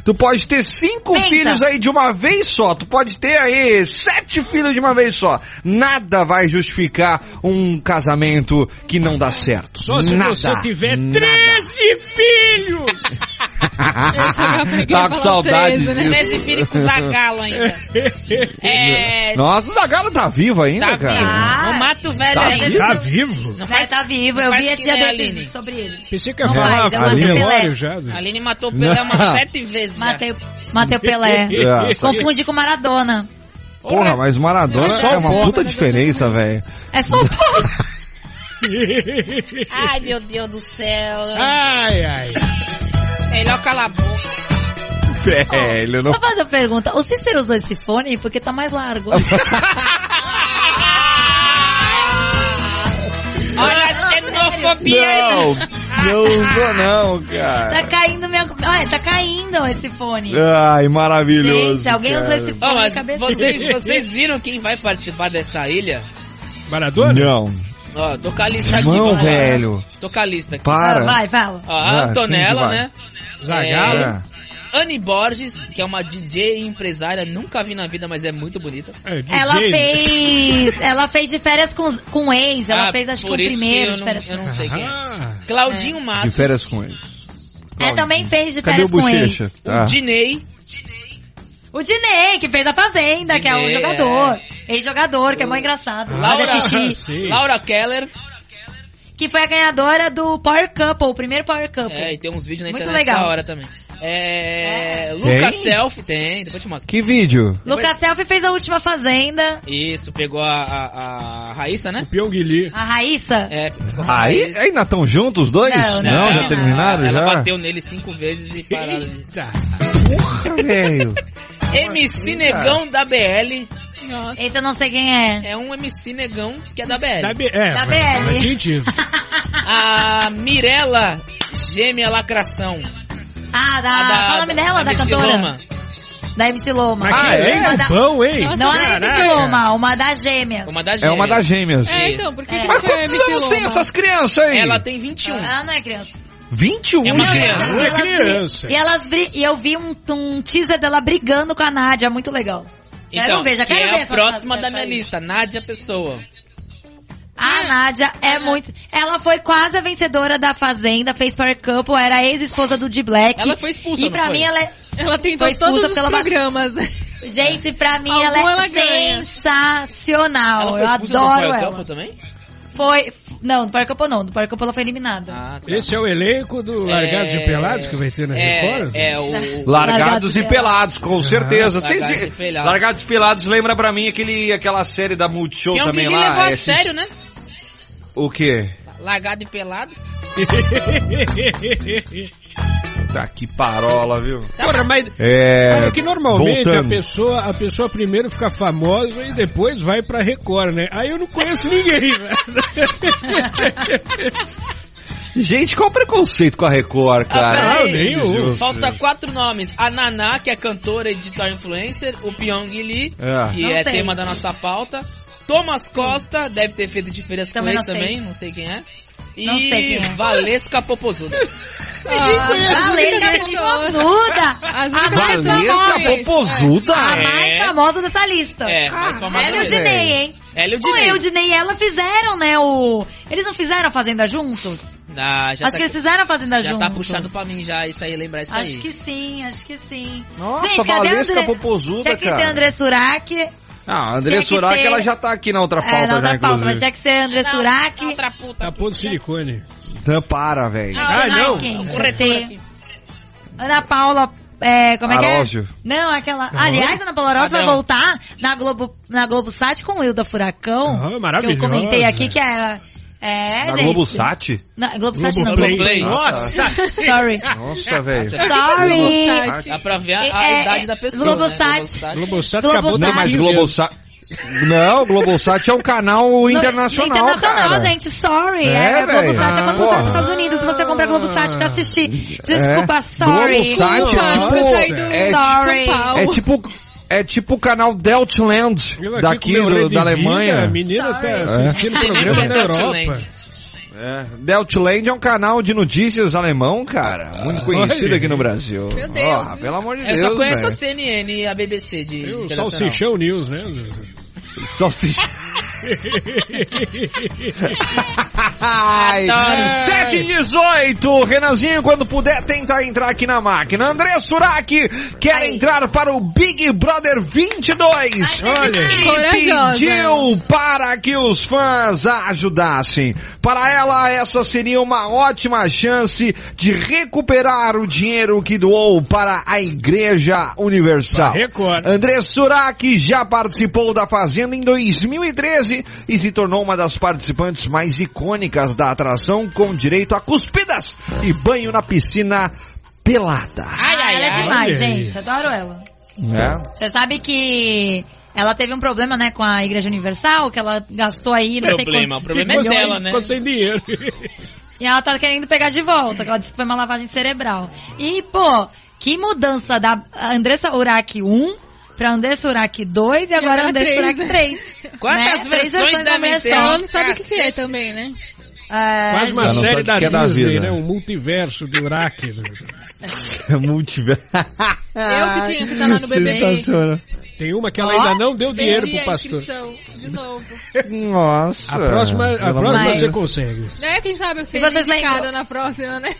Speaker 3: tu pode ter cinco
Speaker 5: Pensa.
Speaker 3: filhos aí de uma vez só. Tu pode ter aí sete filhos de uma vez só. Nada vai justificar um casamento que não dá certo.
Speaker 6: Só se
Speaker 3: Nada.
Speaker 6: você tiver
Speaker 3: Nada.
Speaker 6: 13 filhos!
Speaker 3: Tá com saudade.
Speaker 7: treze, né?
Speaker 3: disso.
Speaker 4: Nesse filho com o Zagalo ainda. É.
Speaker 3: Nossa, o Zagalo tá vivo ainda,
Speaker 4: Tá vivo.
Speaker 3: cara.
Speaker 5: Ah.
Speaker 4: Não mata o velho
Speaker 3: Tá
Speaker 4: ainda.
Speaker 6: tá vivo?
Speaker 4: Não
Speaker 5: Vai,
Speaker 4: faz
Speaker 5: tá vivo, eu
Speaker 4: faz
Speaker 5: vi
Speaker 4: que
Speaker 5: esse dia
Speaker 4: nem a
Speaker 5: desses
Speaker 4: Aline.
Speaker 5: sobre ele.
Speaker 6: Pensei que ia
Speaker 5: Não
Speaker 6: falar
Speaker 5: faz, eu matei
Speaker 6: velório
Speaker 5: Pelé.
Speaker 6: já. né?
Speaker 4: A Aline matou o Pelé umas
Speaker 3: Não.
Speaker 4: sete vezes. já.
Speaker 5: tá- Matei, matei o Pelé.
Speaker 6: Ah.
Speaker 3: É, só-
Speaker 5: Confundi com Maradona.
Speaker 3: Porra, mas Maradona
Speaker 6: Só
Speaker 3: é uma
Speaker 6: pode.
Speaker 3: puta diferença, velho.
Speaker 5: É só um pouco.
Speaker 4: Ai, meu Deus do céu.
Speaker 6: ai, ai.
Speaker 4: Melhor calar a boca.
Speaker 3: Velho,
Speaker 5: Só fazer uma pergunta. O Cícero usou esse fone porque tá mais largo.
Speaker 4: Olha a xenofobia aí.
Speaker 3: Não, não usou não,
Speaker 5: tá
Speaker 3: cara.
Speaker 5: caindo minha... Olha, tá caindo esse fone.
Speaker 3: É, Ai, maravilhoso.
Speaker 5: Gente, alguém usou
Speaker 3: cara.
Speaker 5: esse
Speaker 4: Ó,
Speaker 5: fone
Speaker 4: mas
Speaker 5: de cabeça.
Speaker 4: vocês, vocês viram quem vai participar dessa ilha?
Speaker 6: Maradona?
Speaker 3: Não,
Speaker 4: Ó, tô com a lista aqui.
Speaker 3: não,
Speaker 4: vamos lá.
Speaker 3: velho.
Speaker 4: Tô com a lista aqui.
Speaker 5: Ah,
Speaker 3: Para.
Speaker 5: Tá vai, fala.
Speaker 4: Ó, a
Speaker 3: Ah,
Speaker 4: Antonella,
Speaker 3: quem que vai?
Speaker 4: né?
Speaker 6: Zagallo?
Speaker 3: É.
Speaker 4: Anne Borges, que é uma DJ e empresária, nunca vi na vida, mas é muito bonita.
Speaker 6: É, DJ.
Speaker 5: Ela fez. Ela fez de férias com, com ex. Ela
Speaker 4: Ah,
Speaker 5: fez acho que o
Speaker 4: por isso
Speaker 5: primeiro
Speaker 4: eu
Speaker 5: de
Speaker 4: não,
Speaker 5: férias
Speaker 4: eu
Speaker 5: com
Speaker 4: não sei quem é.
Speaker 6: Ah,
Speaker 4: Claudinho
Speaker 3: De
Speaker 4: Matos.
Speaker 3: férias com ele.
Speaker 5: É, também fez de
Speaker 3: Cadê o
Speaker 5: férias com ex.
Speaker 3: bochecha? Tá.
Speaker 4: Dinei.
Speaker 5: O Dinei, que fez a Fazenda, que é um
Speaker 4: Dinei,
Speaker 5: jogador. Ex-jogador, que é mó engraçado.
Speaker 6: Laura-
Speaker 5: Laura xixi.
Speaker 6: Sim.
Speaker 4: Laura Keller.
Speaker 5: Que foi a ganhadora do Power Couple, o primeiro Power Couple.
Speaker 4: É, e tem uns vídeos na
Speaker 5: Muito
Speaker 4: internet
Speaker 5: legal.
Speaker 4: da hora também. É.
Speaker 3: Tem?
Speaker 4: Lucas Selfie, tem, depois eu te mostro.
Speaker 3: Que vídeo?
Speaker 5: Lucas Selfie fez a última Fazenda.
Speaker 4: Isso, pegou a, a, a Raíssa, né?
Speaker 6: Pyong Lee.
Speaker 5: A Raíssa.
Speaker 4: É, pegou a
Speaker 3: Aí,
Speaker 4: Raíssa.
Speaker 3: ainda estão juntos os dois?
Speaker 5: Não, não,
Speaker 3: já
Speaker 5: não.
Speaker 3: terminaram?
Speaker 4: Ela
Speaker 3: já?
Speaker 4: bateu nele cinco vezes e pararam.
Speaker 6: Eita.
Speaker 3: Porra, velho.
Speaker 6: assim,
Speaker 4: MC Negão da BL.
Speaker 7: Nossa.
Speaker 5: Esse eu não sei quem é.
Speaker 4: É um MC Negão que é da BL.
Speaker 6: Da, B- é,
Speaker 5: Da
Speaker 6: mas-
Speaker 5: BL.
Speaker 6: Faz sentido.
Speaker 4: A Mirella Gêmea Lacração.
Speaker 5: Ah, da.
Speaker 4: A
Speaker 5: Qual o nome dela? Da,
Speaker 4: MC
Speaker 5: cantora?
Speaker 4: Loma.
Speaker 5: Da MC Loma.
Speaker 6: Mas
Speaker 3: Ah,
Speaker 6: que
Speaker 3: é?
Speaker 6: elenco
Speaker 5: Não,
Speaker 6: bom, hein?
Speaker 5: Não é a MC
Speaker 3: né?
Speaker 6: Caraca.
Speaker 5: Loma, uma das gêmeas.
Speaker 4: Uma das
Speaker 3: É
Speaker 4: gêmeas.
Speaker 3: uma das gêmeas.
Speaker 7: É, então, por que
Speaker 5: É.
Speaker 7: que
Speaker 3: Mas
Speaker 7: não é
Speaker 3: quantos
Speaker 7: MC
Speaker 3: anos
Speaker 7: Loma?
Speaker 3: tem essas crianças aí?
Speaker 4: Ela tem 21.
Speaker 5: Ela não é criança.
Speaker 3: 21
Speaker 4: É uma
Speaker 3: gente.
Speaker 4: criança.
Speaker 6: Ela é
Speaker 5: elas bri-
Speaker 6: criança.
Speaker 5: E, elas bri- e eu vi um, um teaser dela brigando com a Nádia, é muito legal. Quero
Speaker 4: Então,
Speaker 5: ver, já
Speaker 4: que
Speaker 5: quero
Speaker 4: é
Speaker 5: ver
Speaker 4: a
Speaker 5: essa
Speaker 4: próxima
Speaker 5: frase
Speaker 4: da Ah,
Speaker 5: dessa
Speaker 4: minha
Speaker 5: aí.
Speaker 4: lista, Nádia Pessoa.
Speaker 5: A Nádia é muito. Ela foi quase a vencedora da Fazenda, fez Power Couple, era a ex-esposa do D Black.
Speaker 4: Ela foi expulsa,
Speaker 5: E
Speaker 4: não
Speaker 5: pra
Speaker 4: foi?
Speaker 5: mim ela é.
Speaker 7: Ela tentou
Speaker 5: Foi expulsa
Speaker 7: todos os
Speaker 5: porque ela bateu.
Speaker 7: programas.
Speaker 5: Gente, pra mim ela
Speaker 7: Alguma
Speaker 5: é
Speaker 7: ela ganha.
Speaker 5: sensacional.
Speaker 4: foi
Speaker 5: Ah, Eu
Speaker 4: expulsa do
Speaker 5: adoro
Speaker 4: Power
Speaker 5: ela.
Speaker 4: Couple também?
Speaker 5: Foi. Não, do Power Couple não. Do Power Couple ela foi eliminada.
Speaker 4: Ah, tá.
Speaker 6: Esse é o elenco do Largados e Pelados que vai ter na Record? né?
Speaker 4: É, é o...
Speaker 3: Largados
Speaker 5: Largados
Speaker 3: e
Speaker 5: e
Speaker 3: pelados, com certeza. Vocês-
Speaker 4: Largados
Speaker 3: Largados,
Speaker 4: e Pelados.
Speaker 3: e pelados lembra pra mim aquele, aquela série da Multishow
Speaker 5: um
Speaker 4: Tem alguém
Speaker 3: também
Speaker 4: que
Speaker 3: lá. é,
Speaker 4: levou a
Speaker 3: esses-
Speaker 4: sério, né?
Speaker 3: O quê?
Speaker 4: Largado e pelado.
Speaker 3: Tá que parola, viu?
Speaker 4: Tá
Speaker 6: Porra, mas
Speaker 3: É.
Speaker 6: Olha que normalmente
Speaker 3: voltando.
Speaker 6: a pessoa, a pessoa primeiro fica famosa e depois vai pra Record, né? Aí eu não conheço ninguém, né? velho.
Speaker 3: Gente, qual o preconceito com a Record, cara?
Speaker 4: Tá
Speaker 3: é
Speaker 4: peraí.
Speaker 6: Ah, nenhum.
Speaker 3: Jesus.
Speaker 4: Falta quatro nomes. A Naná, que é cantora, editor influencer. O Pyong Lee,
Speaker 3: É.
Speaker 4: que
Speaker 5: Não
Speaker 4: é
Speaker 5: sei.
Speaker 4: tema da nossa pauta. Thomas Costa, deve ter feito diferença
Speaker 5: Também
Speaker 4: com
Speaker 5: não
Speaker 4: ele
Speaker 5: sei.
Speaker 4: também, não sei quem é. E
Speaker 5: Não sei quem é.
Speaker 4: Valesca Popozuda. Ah,
Speaker 5: Valesca
Speaker 7: únicas pessoas.
Speaker 5: Popozuda!
Speaker 3: Ah,
Speaker 7: As únicas pessoas
Speaker 3: Valesca
Speaker 7: móveis.
Speaker 3: Popozuda!
Speaker 5: A
Speaker 4: É.
Speaker 5: mais famosa dessa lista.
Speaker 4: É, mais famosa
Speaker 5: Ela e o
Speaker 4: mesmo.
Speaker 5: Dinei, hein?
Speaker 4: Ela e o
Speaker 5: O
Speaker 4: Dinei.
Speaker 5: eu, o Dinei e ela fizeram, né? O... Eles não fizeram a Fazenda juntos?
Speaker 4: Ah, já tá,
Speaker 5: acho que eles fizeram a Fazenda
Speaker 4: já
Speaker 5: juntos.
Speaker 4: tá puxado pra mim já isso aí, lembrar isso
Speaker 5: Acho
Speaker 4: aí.
Speaker 5: que sim, acho que sim.
Speaker 3: Nossa,
Speaker 5: Gente, cadê
Speaker 3: Valesca
Speaker 5: André-
Speaker 3: Popozuda,
Speaker 5: Tinha que
Speaker 3: cara.
Speaker 5: ter André Surak.
Speaker 3: Ah, a André
Speaker 5: Tinha que
Speaker 3: Surak,
Speaker 5: ter-
Speaker 3: ela já tá aqui na outra pauta,
Speaker 5: É, na outra
Speaker 3: já,
Speaker 5: pauta, mas
Speaker 3: inclusive.
Speaker 5: tinha que ser André
Speaker 7: Não,
Speaker 5: Surak.
Speaker 7: outra puta.
Speaker 6: Tapou do Tá silicone.
Speaker 3: Então, para, velho.
Speaker 6: Ah, não.
Speaker 5: Tinha que
Speaker 4: Corretora
Speaker 5: ter
Speaker 4: aqui.
Speaker 5: Ana Paula. É, como é
Speaker 3: Arósio.
Speaker 5: que é? Não, aquela. Aliás, Ana Paula Arósio vai
Speaker 4: Adão.
Speaker 5: voltar na Globo, na Globo Sat com o Hilda Furacão.
Speaker 6: Aham,
Speaker 5: que eu
Speaker 6: maravilhosa.
Speaker 5: comentei aqui que é. É,
Speaker 3: Na
Speaker 5: gente.
Speaker 3: Globosat?
Speaker 5: Na Globosat
Speaker 6: Globo
Speaker 5: não.
Speaker 6: Play.
Speaker 4: Globoplay.
Speaker 3: Nossa.
Speaker 5: Sorry.
Speaker 3: Nossa, velho.
Speaker 5: é Sorry.
Speaker 4: Dá pra ver a,
Speaker 5: É,
Speaker 4: a
Speaker 5: é,
Speaker 4: idade
Speaker 5: é,
Speaker 4: da pessoa,
Speaker 5: Globosat.
Speaker 4: né?
Speaker 6: Globosat
Speaker 5: Globo-
Speaker 6: acabou
Speaker 3: Não,
Speaker 5: Tá.
Speaker 3: mas
Speaker 6: Mas
Speaker 3: Globosat. Não, Globosat é um canal internacional,
Speaker 5: Internacional,
Speaker 3: cara.
Speaker 5: gente, sorry.
Speaker 3: É,
Speaker 5: É, é
Speaker 3: velho.
Speaker 5: Globosat é quando
Speaker 3: Ah,
Speaker 5: você tá
Speaker 3: porra.
Speaker 5: nos Estados Unidos, você compra Globosat pra assistir. Desculpa,
Speaker 3: É.
Speaker 5: sorry.
Speaker 3: Globosat
Speaker 6: Desculpa,
Speaker 7: eu
Speaker 3: é
Speaker 7: saí
Speaker 3: tipo.
Speaker 7: do-
Speaker 3: É,
Speaker 5: sorry.
Speaker 3: é tipo. É tipo o canal Deltland daqui do- da
Speaker 6: é A
Speaker 3: Alemanha.
Speaker 6: menina
Speaker 5: Sorry.
Speaker 6: tá assistindo
Speaker 4: É.
Speaker 6: o programa na
Speaker 4: Sorry.
Speaker 6: Europa.
Speaker 3: É. Deltland é um canal de notícias alemão, cara. Muito conhecido
Speaker 6: Olha.
Speaker 3: aqui no Brasil.
Speaker 7: Meu Deus.
Speaker 3: Ah, pelo amor de
Speaker 4: Eu
Speaker 3: Deus.
Speaker 4: só conheço assim.
Speaker 3: velho.
Speaker 4: a CNN e a BBC de
Speaker 6: Tem o
Speaker 4: internacional.
Speaker 6: Salsichão News, né?
Speaker 3: Salsicha. Ai,
Speaker 4: Adoro.
Speaker 3: 7 e 18, Renanzinho, quando puder, tenta entrar aqui na máquina. André Surak quer entrar para o Big Brother 22.
Speaker 6: Olha.
Speaker 3: E
Speaker 7: Corajosa.
Speaker 3: pediu para que os fãs a ajudassem. Para ela, essa seria uma ótima chance de recuperar o dinheiro que doou para a Igreja Universal.
Speaker 6: Pra Record.
Speaker 3: André Surak já participou da Fazenda em 2013 e se tornou uma das participantes mais icônicas da atração, com direito a cuspidas e banho na piscina pelada.
Speaker 4: Ai, ai,
Speaker 5: ela é
Speaker 4: ai.
Speaker 5: demais,
Speaker 6: Olha aí.
Speaker 5: gente. Adoro ela.
Speaker 3: É.
Speaker 5: Você sabe que ela teve um problema, né, com a Igreja Universal, que ela gastou aí, não sei
Speaker 4: Problema,
Speaker 5: quantos
Speaker 4: o problema é
Speaker 5: milhões.
Speaker 4: dela, né?
Speaker 6: Ficou sem dinheiro.
Speaker 5: E ela tá querendo pegar de volta, que ela disse que foi uma lavagem cerebral. E, pô, que mudança da Andressa Urach 1 pra Andressa Urach 2 e agora
Speaker 7: agora
Speaker 5: Andressa
Speaker 7: três,
Speaker 5: Urach
Speaker 7: né?
Speaker 5: 3.
Speaker 4: Quantas
Speaker 5: né? Três
Speaker 4: versões
Speaker 5: da
Speaker 4: devem
Speaker 5: mesma
Speaker 4: ter?
Speaker 5: história.
Speaker 7: Ela não sabe o que que é também, né?
Speaker 5: É,
Speaker 6: Faz uma
Speaker 3: Ela não sabe
Speaker 6: série
Speaker 3: o
Speaker 6: da
Speaker 3: que é da
Speaker 6: Disney,
Speaker 3: vida.
Speaker 6: né? Um multiverso do Uraque. É
Speaker 3: Multiverso. Ah,
Speaker 7: Eu que tinha que estar lá no BBB.
Speaker 3: Sensacional.
Speaker 6: Tem uma que ela ainda não deu dinheiro
Speaker 7: Perdi
Speaker 6: pro
Speaker 7: a
Speaker 6: pastor.
Speaker 7: inscrição, de novo.
Speaker 3: Nossa.
Speaker 6: A próxima, é- a
Speaker 3: Pelo
Speaker 6: próxima
Speaker 3: amor de
Speaker 6: você
Speaker 3: Deus.
Speaker 6: consegue.
Speaker 7: Né? Quem sabe eu sei
Speaker 5: vocês lembram?
Speaker 7: na próxima, né?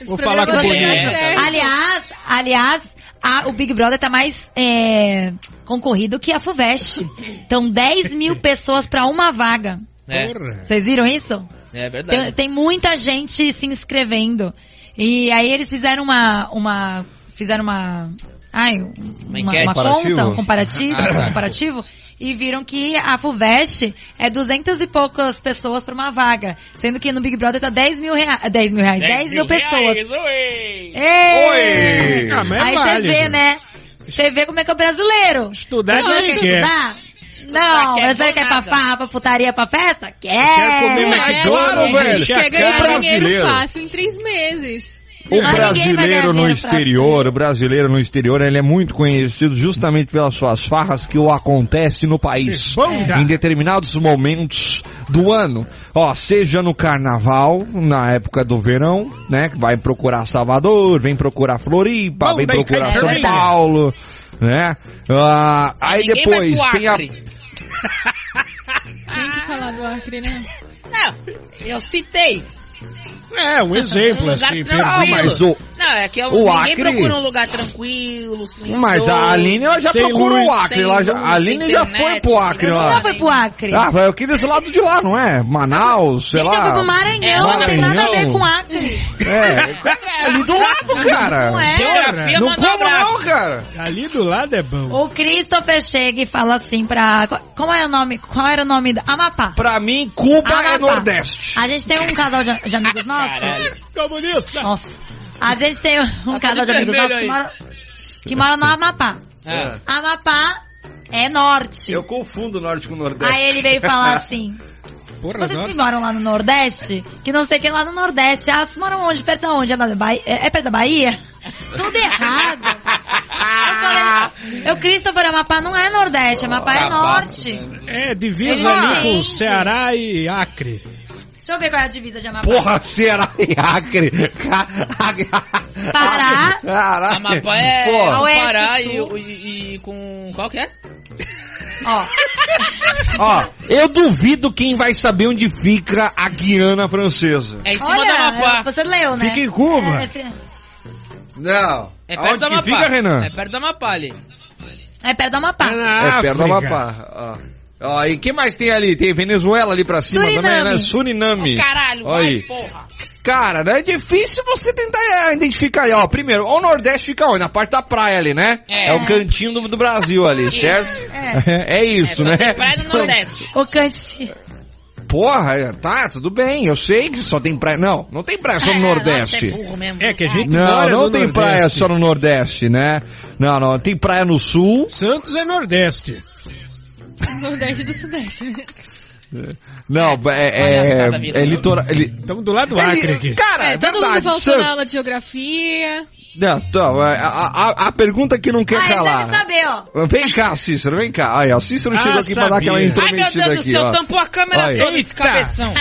Speaker 7: Esse
Speaker 6: Vou
Speaker 7: programa
Speaker 6: falar com o
Speaker 7: vai
Speaker 5: Boninho.
Speaker 7: dar
Speaker 4: É.
Speaker 7: certo.
Speaker 5: Aliás, aliás, a- o Big Brother tá mais é, concorrido que a FUVEST. Então, 10 mil pessoas pra uma vaga.
Speaker 4: É,
Speaker 6: Porra.
Speaker 5: Vocês viram isso?
Speaker 4: é
Speaker 5: Tem,
Speaker 4: verdade.
Speaker 5: tem muita gente se inscrevendo. E aí eles fizeram uma. uma fizeram uma. Ai, um- uma,
Speaker 4: enquete.
Speaker 5: uma conta,
Speaker 3: Comparativo?
Speaker 5: um comparativo, um comparativo, e viram que a FUVEST é duzentas e poucas pessoas pra uma vaga. Sendo que no Big Brother tá 10 mil reais. 10 mil reais, 10, mil, pessoas. Ei!
Speaker 3: Oi!
Speaker 6: Ah, mas é
Speaker 5: Aí você
Speaker 6: válido.
Speaker 5: vê, né? Você vê como é que é o brasileiro.
Speaker 6: Estudar
Speaker 5: Não,
Speaker 6: ninguém
Speaker 5: quer
Speaker 6: quer.
Speaker 5: estudar? Não,
Speaker 4: quer
Speaker 5: brasileiro quer pra
Speaker 4: nada.
Speaker 5: farra, pra putaria, pra festa? Quer!
Speaker 6: Quer comer
Speaker 5: Mas
Speaker 6: McDonald's?
Speaker 3: claro, velho.
Speaker 7: gente, Quer
Speaker 6: É
Speaker 3: O
Speaker 7: ganhar
Speaker 3: brasileiro.
Speaker 7: dinheiro fácil em três meses.
Speaker 3: O
Speaker 5: Mas ninguém vai ganhar
Speaker 3: brasileiro no
Speaker 5: dinheiro
Speaker 3: exterior, o brasileiro no exterior, ele é muito conhecido justamente pelas suas farras que o acontece no país.
Speaker 6: Responda.
Speaker 3: Em determinados momentos do ano. Ó, seja no carnaval, na época do verão, né? que Vai procurar Salvador, vem procurar Floripa,
Speaker 6: Bom,
Speaker 3: vem
Speaker 6: daí
Speaker 3: procurar
Speaker 6: cai
Speaker 3: São
Speaker 6: Fernandes.
Speaker 3: Paulo, né? Ah, aí
Speaker 4: Ninguém vai
Speaker 3: depois
Speaker 4: pro
Speaker 3: tem a.
Speaker 4: Acre.
Speaker 7: Tem que falar do Acre, né?
Speaker 4: Não, eu citei.
Speaker 6: É, um exemplo,
Speaker 4: Um lugar
Speaker 6: assim.
Speaker 3: Ah,
Speaker 4: tranquilo.
Speaker 6: perdido.
Speaker 3: mas o,
Speaker 4: Não, é que eu,
Speaker 3: O
Speaker 4: ninguém
Speaker 3: Acre-
Speaker 4: procura um lugar tranquilo, silencioso.
Speaker 3: Mas a Aline ela já
Speaker 6: Sem
Speaker 3: procurou
Speaker 6: luz,
Speaker 3: o Acre.
Speaker 4: sem
Speaker 3: Lá, já-
Speaker 4: luz,
Speaker 3: a Aline
Speaker 4: sem
Speaker 3: já
Speaker 4: internet,
Speaker 3: foi pro Acre
Speaker 4: entendeu?
Speaker 3: lá.
Speaker 5: Ela foi pro Acre.
Speaker 3: Ah, vai aqui desse lado de lá, não é? Manaus, sei
Speaker 5: Gente, eu fui pro
Speaker 3: lá.
Speaker 5: Maranhão,
Speaker 4: É,
Speaker 5: não tem nada a ver com Acre.
Speaker 3: É, ali do lado, cara.
Speaker 5: Não é.
Speaker 4: Geografia
Speaker 3: Não
Speaker 4: manda um
Speaker 3: como
Speaker 4: abraço.
Speaker 3: não, cara.
Speaker 6: Ali do lado é bom.
Speaker 5: O Christopher chega e fala assim pra. Como é o nome? Qual era o nome do. Amapá.
Speaker 3: Pra mim, Cuba
Speaker 5: Amapá.
Speaker 3: é Nordeste.
Speaker 5: A gente tem um casal de, de
Speaker 4: Ah,
Speaker 5: amigos nossos.
Speaker 6: Ficou bonito.
Speaker 5: Nossa. A gente tem um
Speaker 4: Tá
Speaker 5: casal
Speaker 4: tudo
Speaker 5: de amigos
Speaker 4: vermelho
Speaker 5: nossos que
Speaker 4: aí.
Speaker 5: mora, que mora no Amapá.
Speaker 4: É.
Speaker 5: Amapá é norte.
Speaker 3: Eu confundo Norte com Nordeste.
Speaker 5: Aí ele veio
Speaker 3: É.
Speaker 5: falar assim:
Speaker 6: Porra,
Speaker 5: Vocês
Speaker 6: nossa.
Speaker 5: que moram lá no Nordeste? Que não sei quem lá no Nordeste. Ah, vocês moram onde? Perto da onde? É, lá da Bahia? É- é perto da Bahia? Tudo errado. Eu falei, eu, Christopher, Amapá não é Nordeste, Amapá
Speaker 3: Tá
Speaker 5: é Norte.
Speaker 3: né?
Speaker 6: É, divisa
Speaker 5: Ah,
Speaker 6: ali com
Speaker 5: gente.
Speaker 6: Ceará e Acre.
Speaker 5: Deixa eu ver qual é a divisa de Amapá.
Speaker 3: Porra, Ceará e Acre.
Speaker 5: Pará.
Speaker 3: Caralho.
Speaker 4: Amapá é
Speaker 3: Pô,
Speaker 4: o
Speaker 5: Oeste,
Speaker 4: Pará e,
Speaker 5: Sul.
Speaker 4: e- e com... Qual que é?
Speaker 5: Ó,
Speaker 3: ó, eu duvido quem vai saber onde fica a Guiana Francesa.
Speaker 4: É em cima do
Speaker 5: olha,
Speaker 4: Amapá.
Speaker 5: você leu, né?
Speaker 6: Fica em Cuba.
Speaker 5: É, esse-
Speaker 3: Não.
Speaker 4: É perto
Speaker 3: Aonde
Speaker 4: do
Speaker 3: que
Speaker 4: Amapá.
Speaker 3: fica, Renan?
Speaker 4: É perto do Amapá ali.
Speaker 5: é perto do Amapá.
Speaker 6: É na
Speaker 3: É perto do
Speaker 6: África.
Speaker 3: Amapá. Ó. Ó, e que mais tem ali? Tem Venezuela ali pra cima
Speaker 5: Suriname.
Speaker 3: também, né? Suriname.
Speaker 4: Caralho,
Speaker 3: Olha aí.
Speaker 4: vai, porra.
Speaker 3: Cara, né, é difícil você tentar é, identificar aí, ó. Primeiro, o Nordeste fica onde? Na parte da praia ali, né?
Speaker 4: É.
Speaker 3: o cantinho do, do Brasil ali, certo? É, isso,
Speaker 4: é, só
Speaker 3: né?
Speaker 4: tem praia no
Speaker 3: Então,
Speaker 4: Nordeste.
Speaker 5: O Cante.
Speaker 3: Porra, é, tá, tudo bem. Eu sei que só tem praia. Não, não tem praia só no
Speaker 4: Nossa, é
Speaker 3: Nordeste.
Speaker 4: burro mesmo.
Speaker 6: É que a gente
Speaker 3: Não,
Speaker 6: mora
Speaker 3: não
Speaker 6: no
Speaker 3: tem
Speaker 6: Nordeste.
Speaker 3: praia só no Nordeste, né? Não, não, tem praia no Sul.
Speaker 6: Santos é Nordeste.
Speaker 7: Nordeste do Sudeste.
Speaker 6: É,
Speaker 3: Não, é, é,
Speaker 4: Palhaçada,
Speaker 3: é,
Speaker 4: Vitor.
Speaker 3: litoral. é li-
Speaker 6: Estamos do lado do
Speaker 3: é li-
Speaker 6: Acre aqui.
Speaker 3: Cara,
Speaker 7: É,
Speaker 3: é
Speaker 7: todo mundo
Speaker 3: verdade,
Speaker 7: faltou
Speaker 3: Santos-
Speaker 7: na aula de geografia.
Speaker 3: Não, então, a, a, a- a pergunta que não quer
Speaker 5: Ah, ele
Speaker 3: calar.
Speaker 5: deve saber, ó.
Speaker 3: Vem cá, Cícero, vem cá. Aí, ó, Cícero chegou
Speaker 6: Ah,
Speaker 3: aqui pra dar
Speaker 6: sabia.
Speaker 3: aquela
Speaker 6: Ai, meu
Speaker 4: Ai, meu
Speaker 3: intrometida
Speaker 4: Deus do
Speaker 3: aqui,
Speaker 4: céu,
Speaker 3: ó.
Speaker 4: tampou a câmera
Speaker 3: Olha.
Speaker 4: toda, esse
Speaker 6: Eita.
Speaker 4: cabeção.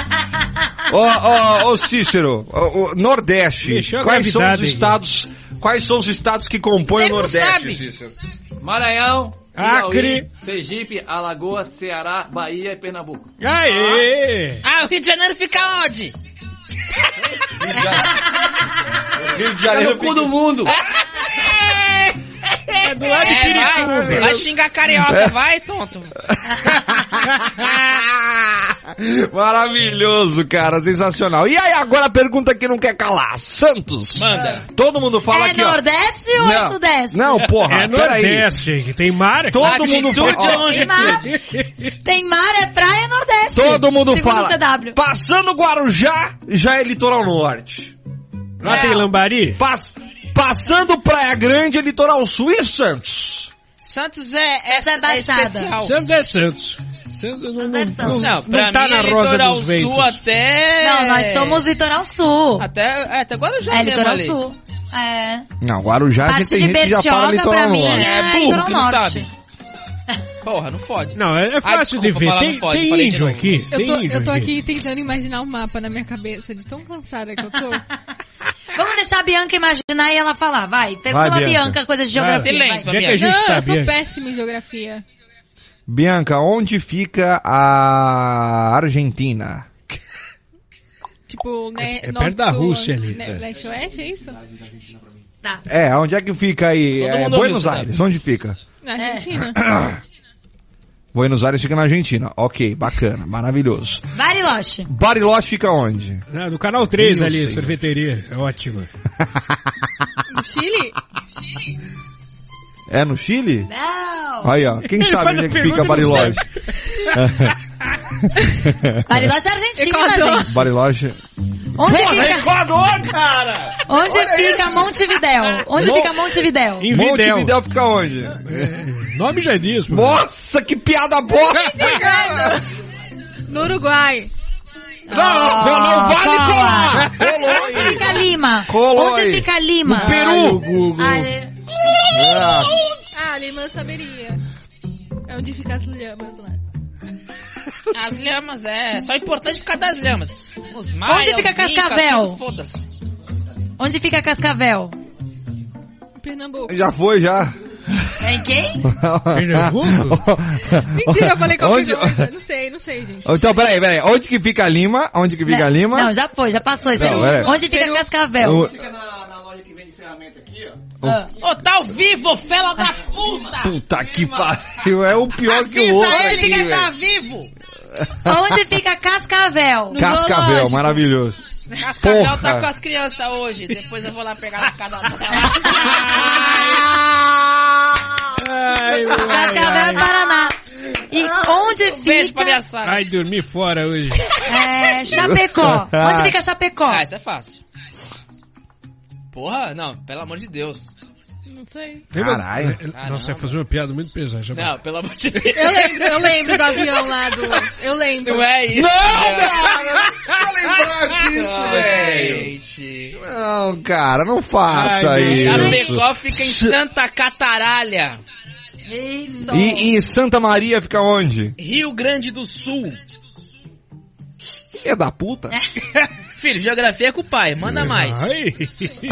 Speaker 3: Ô, ô, ô, Cícero, ô, ô, Nordeste,
Speaker 6: Deixou a
Speaker 3: quais são os
Speaker 6: gravidade aí.
Speaker 3: estados, quais são os estados que compõem
Speaker 4: Você
Speaker 3: o
Speaker 4: não
Speaker 3: Nordeste,
Speaker 4: sabe.
Speaker 3: Cícero?
Speaker 8: Maranhão,
Speaker 6: Acre.
Speaker 8: Piauí, Sergipe, Alagoas, Ceará, Bahia e Pernambuco.
Speaker 6: Aê!
Speaker 4: Ah, o Rio de Janeiro fica onde?
Speaker 3: Rio
Speaker 8: É
Speaker 3: de Janeiro
Speaker 8: o cu do mundo!
Speaker 6: É do lado de
Speaker 4: É, vai,
Speaker 6: Pirituba.
Speaker 4: vai xingar
Speaker 5: É.
Speaker 4: carioca, vai, tonto.
Speaker 3: Maravilhoso, cara, sensacional. E aí, agora a pergunta que não quer calar. Santos.
Speaker 4: Manda.
Speaker 3: Todo mundo fala
Speaker 5: é
Speaker 3: aqui, ó.
Speaker 5: Nordeste ou é
Speaker 3: Não,
Speaker 5: Sudeste?
Speaker 3: não, porra,
Speaker 6: É
Speaker 3: peraí.
Speaker 6: Nordeste, gente. Tem mar.
Speaker 3: Todo mundo
Speaker 4: Latitude
Speaker 3: fala-
Speaker 4: ou
Speaker 3: ó.
Speaker 5: Tem
Speaker 4: longitude?
Speaker 5: mar, tem mar, é praia, é Nordeste.
Speaker 3: Todo mundo
Speaker 5: Segundo
Speaker 3: fala.
Speaker 5: o CW.
Speaker 3: Passando Guarujá, já é litoral norte.
Speaker 6: Lá tem lambari.
Speaker 3: Pas- passando Praia Grande, é litoral sul e Santos.
Speaker 4: Santos é, é,
Speaker 5: Essa é
Speaker 4: é
Speaker 5: baixada.
Speaker 4: especial.
Speaker 6: Santos é Santos. Santos não,
Speaker 5: é Santos.
Speaker 6: não-
Speaker 4: Não, pra
Speaker 6: não tá
Speaker 4: mim
Speaker 6: na
Speaker 4: é
Speaker 6: rosa
Speaker 4: litoral
Speaker 6: dos ventos.
Speaker 4: Sul até...
Speaker 5: Não, nós somos Litoral Sul.
Speaker 4: Até, é, até Guarujá
Speaker 5: é
Speaker 4: mesmo
Speaker 5: Litoral
Speaker 4: ali.
Speaker 5: Sul. É.
Speaker 3: Não, Guarujá já
Speaker 5: Parte
Speaker 3: tem
Speaker 5: de
Speaker 3: gente que já fala
Speaker 5: Bertioga,
Speaker 3: litoral
Speaker 5: pra mim,
Speaker 3: norte.
Speaker 5: é,
Speaker 4: É burro,
Speaker 5: Litoral
Speaker 4: que não
Speaker 5: Norte.
Speaker 4: Porra, não fode.
Speaker 6: Não, é, é fácil
Speaker 4: Ah, desculpa,
Speaker 6: de ver.
Speaker 4: falar
Speaker 6: Tem,
Speaker 4: não pode,
Speaker 6: tem
Speaker 4: falei de
Speaker 6: índio
Speaker 4: novo.
Speaker 6: aqui.
Speaker 7: Eu
Speaker 6: tem
Speaker 7: tô,
Speaker 6: índio
Speaker 7: eu tô aqui tentando imaginar um mapa na minha cabeça, de tão cansada que eu tô.
Speaker 5: Vamos deixar a Bianca imaginar e ela falar. Vai,
Speaker 3: Vai,
Speaker 5: pergunta pra
Speaker 3: Bianca.
Speaker 5: Bianca coisa de geografia.
Speaker 4: Vai.
Speaker 5: vai.
Speaker 4: Silêncio.
Speaker 6: Onde é que a
Speaker 4: Não,
Speaker 6: gente
Speaker 7: não,
Speaker 6: tá,
Speaker 7: eu sou
Speaker 6: Bianca?
Speaker 7: péssima em geografia.
Speaker 3: Bianca, onde fica a Argentina?
Speaker 7: Tipo, né,
Speaker 6: É- é
Speaker 7: norte,
Speaker 6: perto da
Speaker 7: sul,
Speaker 6: Rússia ali.
Speaker 7: né,
Speaker 6: É.
Speaker 7: Leste-oeste, é isso?
Speaker 5: Tá.
Speaker 3: É, onde é que fica aí?
Speaker 4: Todo
Speaker 3: É,
Speaker 4: mundo ouviu,
Speaker 3: Buenos
Speaker 4: sabe?
Speaker 3: Aires, onde fica?
Speaker 7: Na Argentina.
Speaker 6: É.
Speaker 3: Buenos Aires fica na Argentina. Ok, bacana, maravilhoso.
Speaker 5: Bariloche.
Speaker 3: Bariloche fica onde?
Speaker 6: Ah, no canal 3
Speaker 3: Rio,
Speaker 6: ali,
Speaker 3: sim.
Speaker 6: sorveteria. É ótima.
Speaker 7: No Chile?
Speaker 3: É no Chile?
Speaker 5: Não.
Speaker 3: Aí, ó. Quem
Speaker 6: Ele
Speaker 3: sabe
Speaker 6: faz
Speaker 3: onde
Speaker 6: a
Speaker 3: é que fica
Speaker 6: pergunta e não
Speaker 3: Bariloche?
Speaker 5: Bariloche é Argentina,
Speaker 7: Equador.
Speaker 5: gente.
Speaker 3: Bariloche.
Speaker 5: Onde fica,
Speaker 3: Equador, cara!
Speaker 5: onde fica Montevidéu? Onde
Speaker 3: Mo-
Speaker 5: fica Montevidéu?
Speaker 6: Em Videl.
Speaker 3: Montevidéu fica onde?
Speaker 6: É, nome já diz. pô.
Speaker 3: Nossa, que piada bosta, cara!
Speaker 7: No Uruguai.
Speaker 3: Não, não, não vale
Speaker 5: cola.
Speaker 3: colar! Colou
Speaker 5: Onde
Speaker 3: aí.
Speaker 5: fica Lima?
Speaker 3: Colou
Speaker 5: Onde
Speaker 3: aí.
Speaker 5: fica
Speaker 3: No
Speaker 5: Lima?
Speaker 6: Ai, o
Speaker 3: Peru!
Speaker 6: Google.
Speaker 5: Ah, é.
Speaker 3: Ah,
Speaker 7: Ah, Lima eu saberia. É onde fica as lhamas lá.
Speaker 4: As lhamas, é. Só é importante por causa das lhamas. Os maias,
Speaker 5: Onde fica
Speaker 4: os incas,
Speaker 5: Cascavel?
Speaker 4: tudo Foda-se.
Speaker 5: Onde fica Cascavel?
Speaker 7: Pernambuco.
Speaker 3: Já foi, já.
Speaker 5: É em quem?
Speaker 6: Pernambuco?
Speaker 7: Mentira, eu falei qualquer
Speaker 3: Onde-
Speaker 7: coisa. Não sei, não sei, gente.
Speaker 3: Então, peraí, peraí. Onde que fica Lima? Onde que fica
Speaker 5: não,
Speaker 3: Lima?
Speaker 5: Né? Não, já foi, já passou isso
Speaker 3: Não, é.
Speaker 5: aí.
Speaker 3: pera aí.
Speaker 5: Onde fica
Speaker 7: Peru.
Speaker 5: Cascavel?
Speaker 3: O-
Speaker 8: Fica na, na loja que vende ferramenta aqui, ó.
Speaker 5: Ah.
Speaker 4: Ô, tá ao vivo, fela da puta!
Speaker 3: Puta que pariu. É o pior que tá. o outro
Speaker 4: Avisa ele
Speaker 3: aqui,
Speaker 4: que ele
Speaker 5: é.
Speaker 4: tá
Speaker 3: velho.
Speaker 4: vivo!
Speaker 5: Onde fica Cascavel?
Speaker 7: No
Speaker 3: Cascavel,
Speaker 7: zoológico.
Speaker 3: maravilhoso.
Speaker 4: Cascavel
Speaker 3: Porra.
Speaker 4: tá com as crianças hoje. Depois eu vou lá pegar na casa dela.
Speaker 6: Ai, ai,
Speaker 5: Cascavel é
Speaker 6: ai.
Speaker 5: Paraná. E onde
Speaker 7: Um
Speaker 4: Beijo pra minha
Speaker 5: fica...
Speaker 4: sogra.
Speaker 6: Ai, dormi fora hoje.
Speaker 5: É, Chapecó. Onde fica Chapecó?
Speaker 4: Ah, isso é fácil. Porra, não, pelo amor de Deus.
Speaker 7: Não sei.
Speaker 6: Lembra-
Speaker 3: Caralho.
Speaker 6: Nossa, ia fazer uma piada muito pesada. já
Speaker 4: Não, pelo amor de Deus.
Speaker 7: Eu lembro, eu lembro do avião lá do... Eu lembro.
Speaker 4: Não é isso.
Speaker 3: Não lembrar disso, velho.
Speaker 4: Gente.
Speaker 3: Não, cara, não faça
Speaker 6: Ai,
Speaker 7: tá
Speaker 3: isso.
Speaker 4: Chapecó fica em Santa Cataralha,
Speaker 5: Isso.
Speaker 3: E, e Santa Maria fica onde?
Speaker 4: Rio Grande do Sul.
Speaker 3: Filha da
Speaker 7: É.
Speaker 3: puta.
Speaker 4: Filho, geografia é com o pai, manda mais.
Speaker 6: Ai.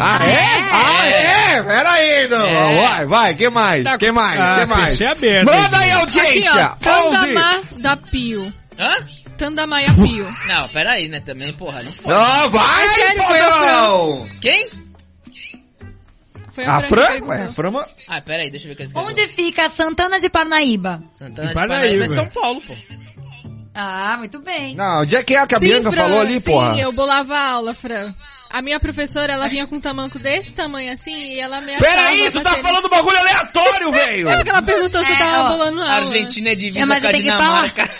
Speaker 3: Ah, é? Ah, é? Pera aí, não.
Speaker 4: É.
Speaker 3: Vai, vai, que mais?
Speaker 7: Tá
Speaker 3: que mais?
Speaker 6: Ah,
Speaker 3: que mais?
Speaker 6: PC aberto.
Speaker 3: Manda aí,
Speaker 7: Aqui,
Speaker 3: audiência!
Speaker 7: ó. Tandamá
Speaker 3: Onze.
Speaker 7: da Pio.
Speaker 3: Uhum.
Speaker 4: Hã?
Speaker 7: Tandamaia Pio.
Speaker 4: Não, pera aí, né, também, porra, não foi.
Speaker 3: Não,
Speaker 7: Ah,
Speaker 3: vai,
Speaker 7: sério, foi
Speaker 3: fodão!
Speaker 4: Quem?
Speaker 7: Foi
Speaker 3: A Ah,
Speaker 7: Fran que
Speaker 3: Fran?
Speaker 7: perguntou.
Speaker 3: Ué, a Fran... ma-
Speaker 4: Ah, pera aí, deixa eu ver o que eles
Speaker 5: Onde fica Santana de Parnaíba?
Speaker 4: Santana
Speaker 6: Em
Speaker 4: de
Speaker 6: Parnaíba.
Speaker 4: Parnaíba é São Paulo, pô.
Speaker 5: Ah, muito bem.
Speaker 3: Não, onde é que é que a
Speaker 7: Sim,
Speaker 3: Bianca
Speaker 7: Fran,
Speaker 3: falou ali,
Speaker 7: sim,
Speaker 3: porra?
Speaker 7: eu bolava aula, Fran. A minha professora, ela vinha com um tamanco desse tamanho assim e ela me
Speaker 3: Pera aí, tu tá falando bagulho aleatório, velho!
Speaker 7: É porque ela perguntou se eu
Speaker 5: É,
Speaker 7: tava
Speaker 5: ó,
Speaker 7: bolando aula.
Speaker 4: A Argentina é divisa
Speaker 5: É, mas
Speaker 4: com a
Speaker 5: eu tenho que
Speaker 4: Dinamarca.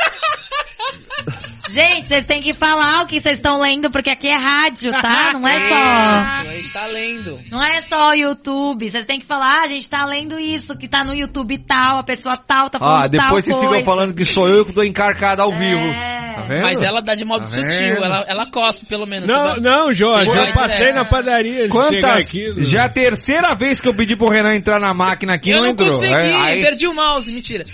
Speaker 5: Gente, vocês têm que falar o que vocês estão lendo, porque aqui é rádio, tá? Não é só.
Speaker 4: Isso, a gente tá lendo.
Speaker 5: Não é só o YouTube. Vocês têm que falar, ah, a gente tá lendo isso, que tá no YouTube tal, a pessoa tal tá falando
Speaker 3: Ah, depois que
Speaker 5: tal
Speaker 3: sigam
Speaker 5: coisa.
Speaker 3: falando que sou eu que tô encarcado ao
Speaker 5: É.
Speaker 3: vivo. Tá vendo?
Speaker 4: Mas ela dá de modo
Speaker 3: Tá vendo?
Speaker 4: sutil, ela, ela cospe pelo menos.
Speaker 6: Não,
Speaker 4: Você dá-
Speaker 6: não, Jorge,
Speaker 4: Sim,
Speaker 6: eu passei
Speaker 4: é.
Speaker 6: na padaria de chegar
Speaker 3: Quantas?
Speaker 6: aqui. né? do-
Speaker 3: Já é a terceira vez que eu pedi pro Renan entrar na máquina aqui,
Speaker 4: eu
Speaker 3: não
Speaker 4: não
Speaker 3: entrou.
Speaker 4: consegui,
Speaker 3: É, aí-
Speaker 4: perdi o mouse, mentira.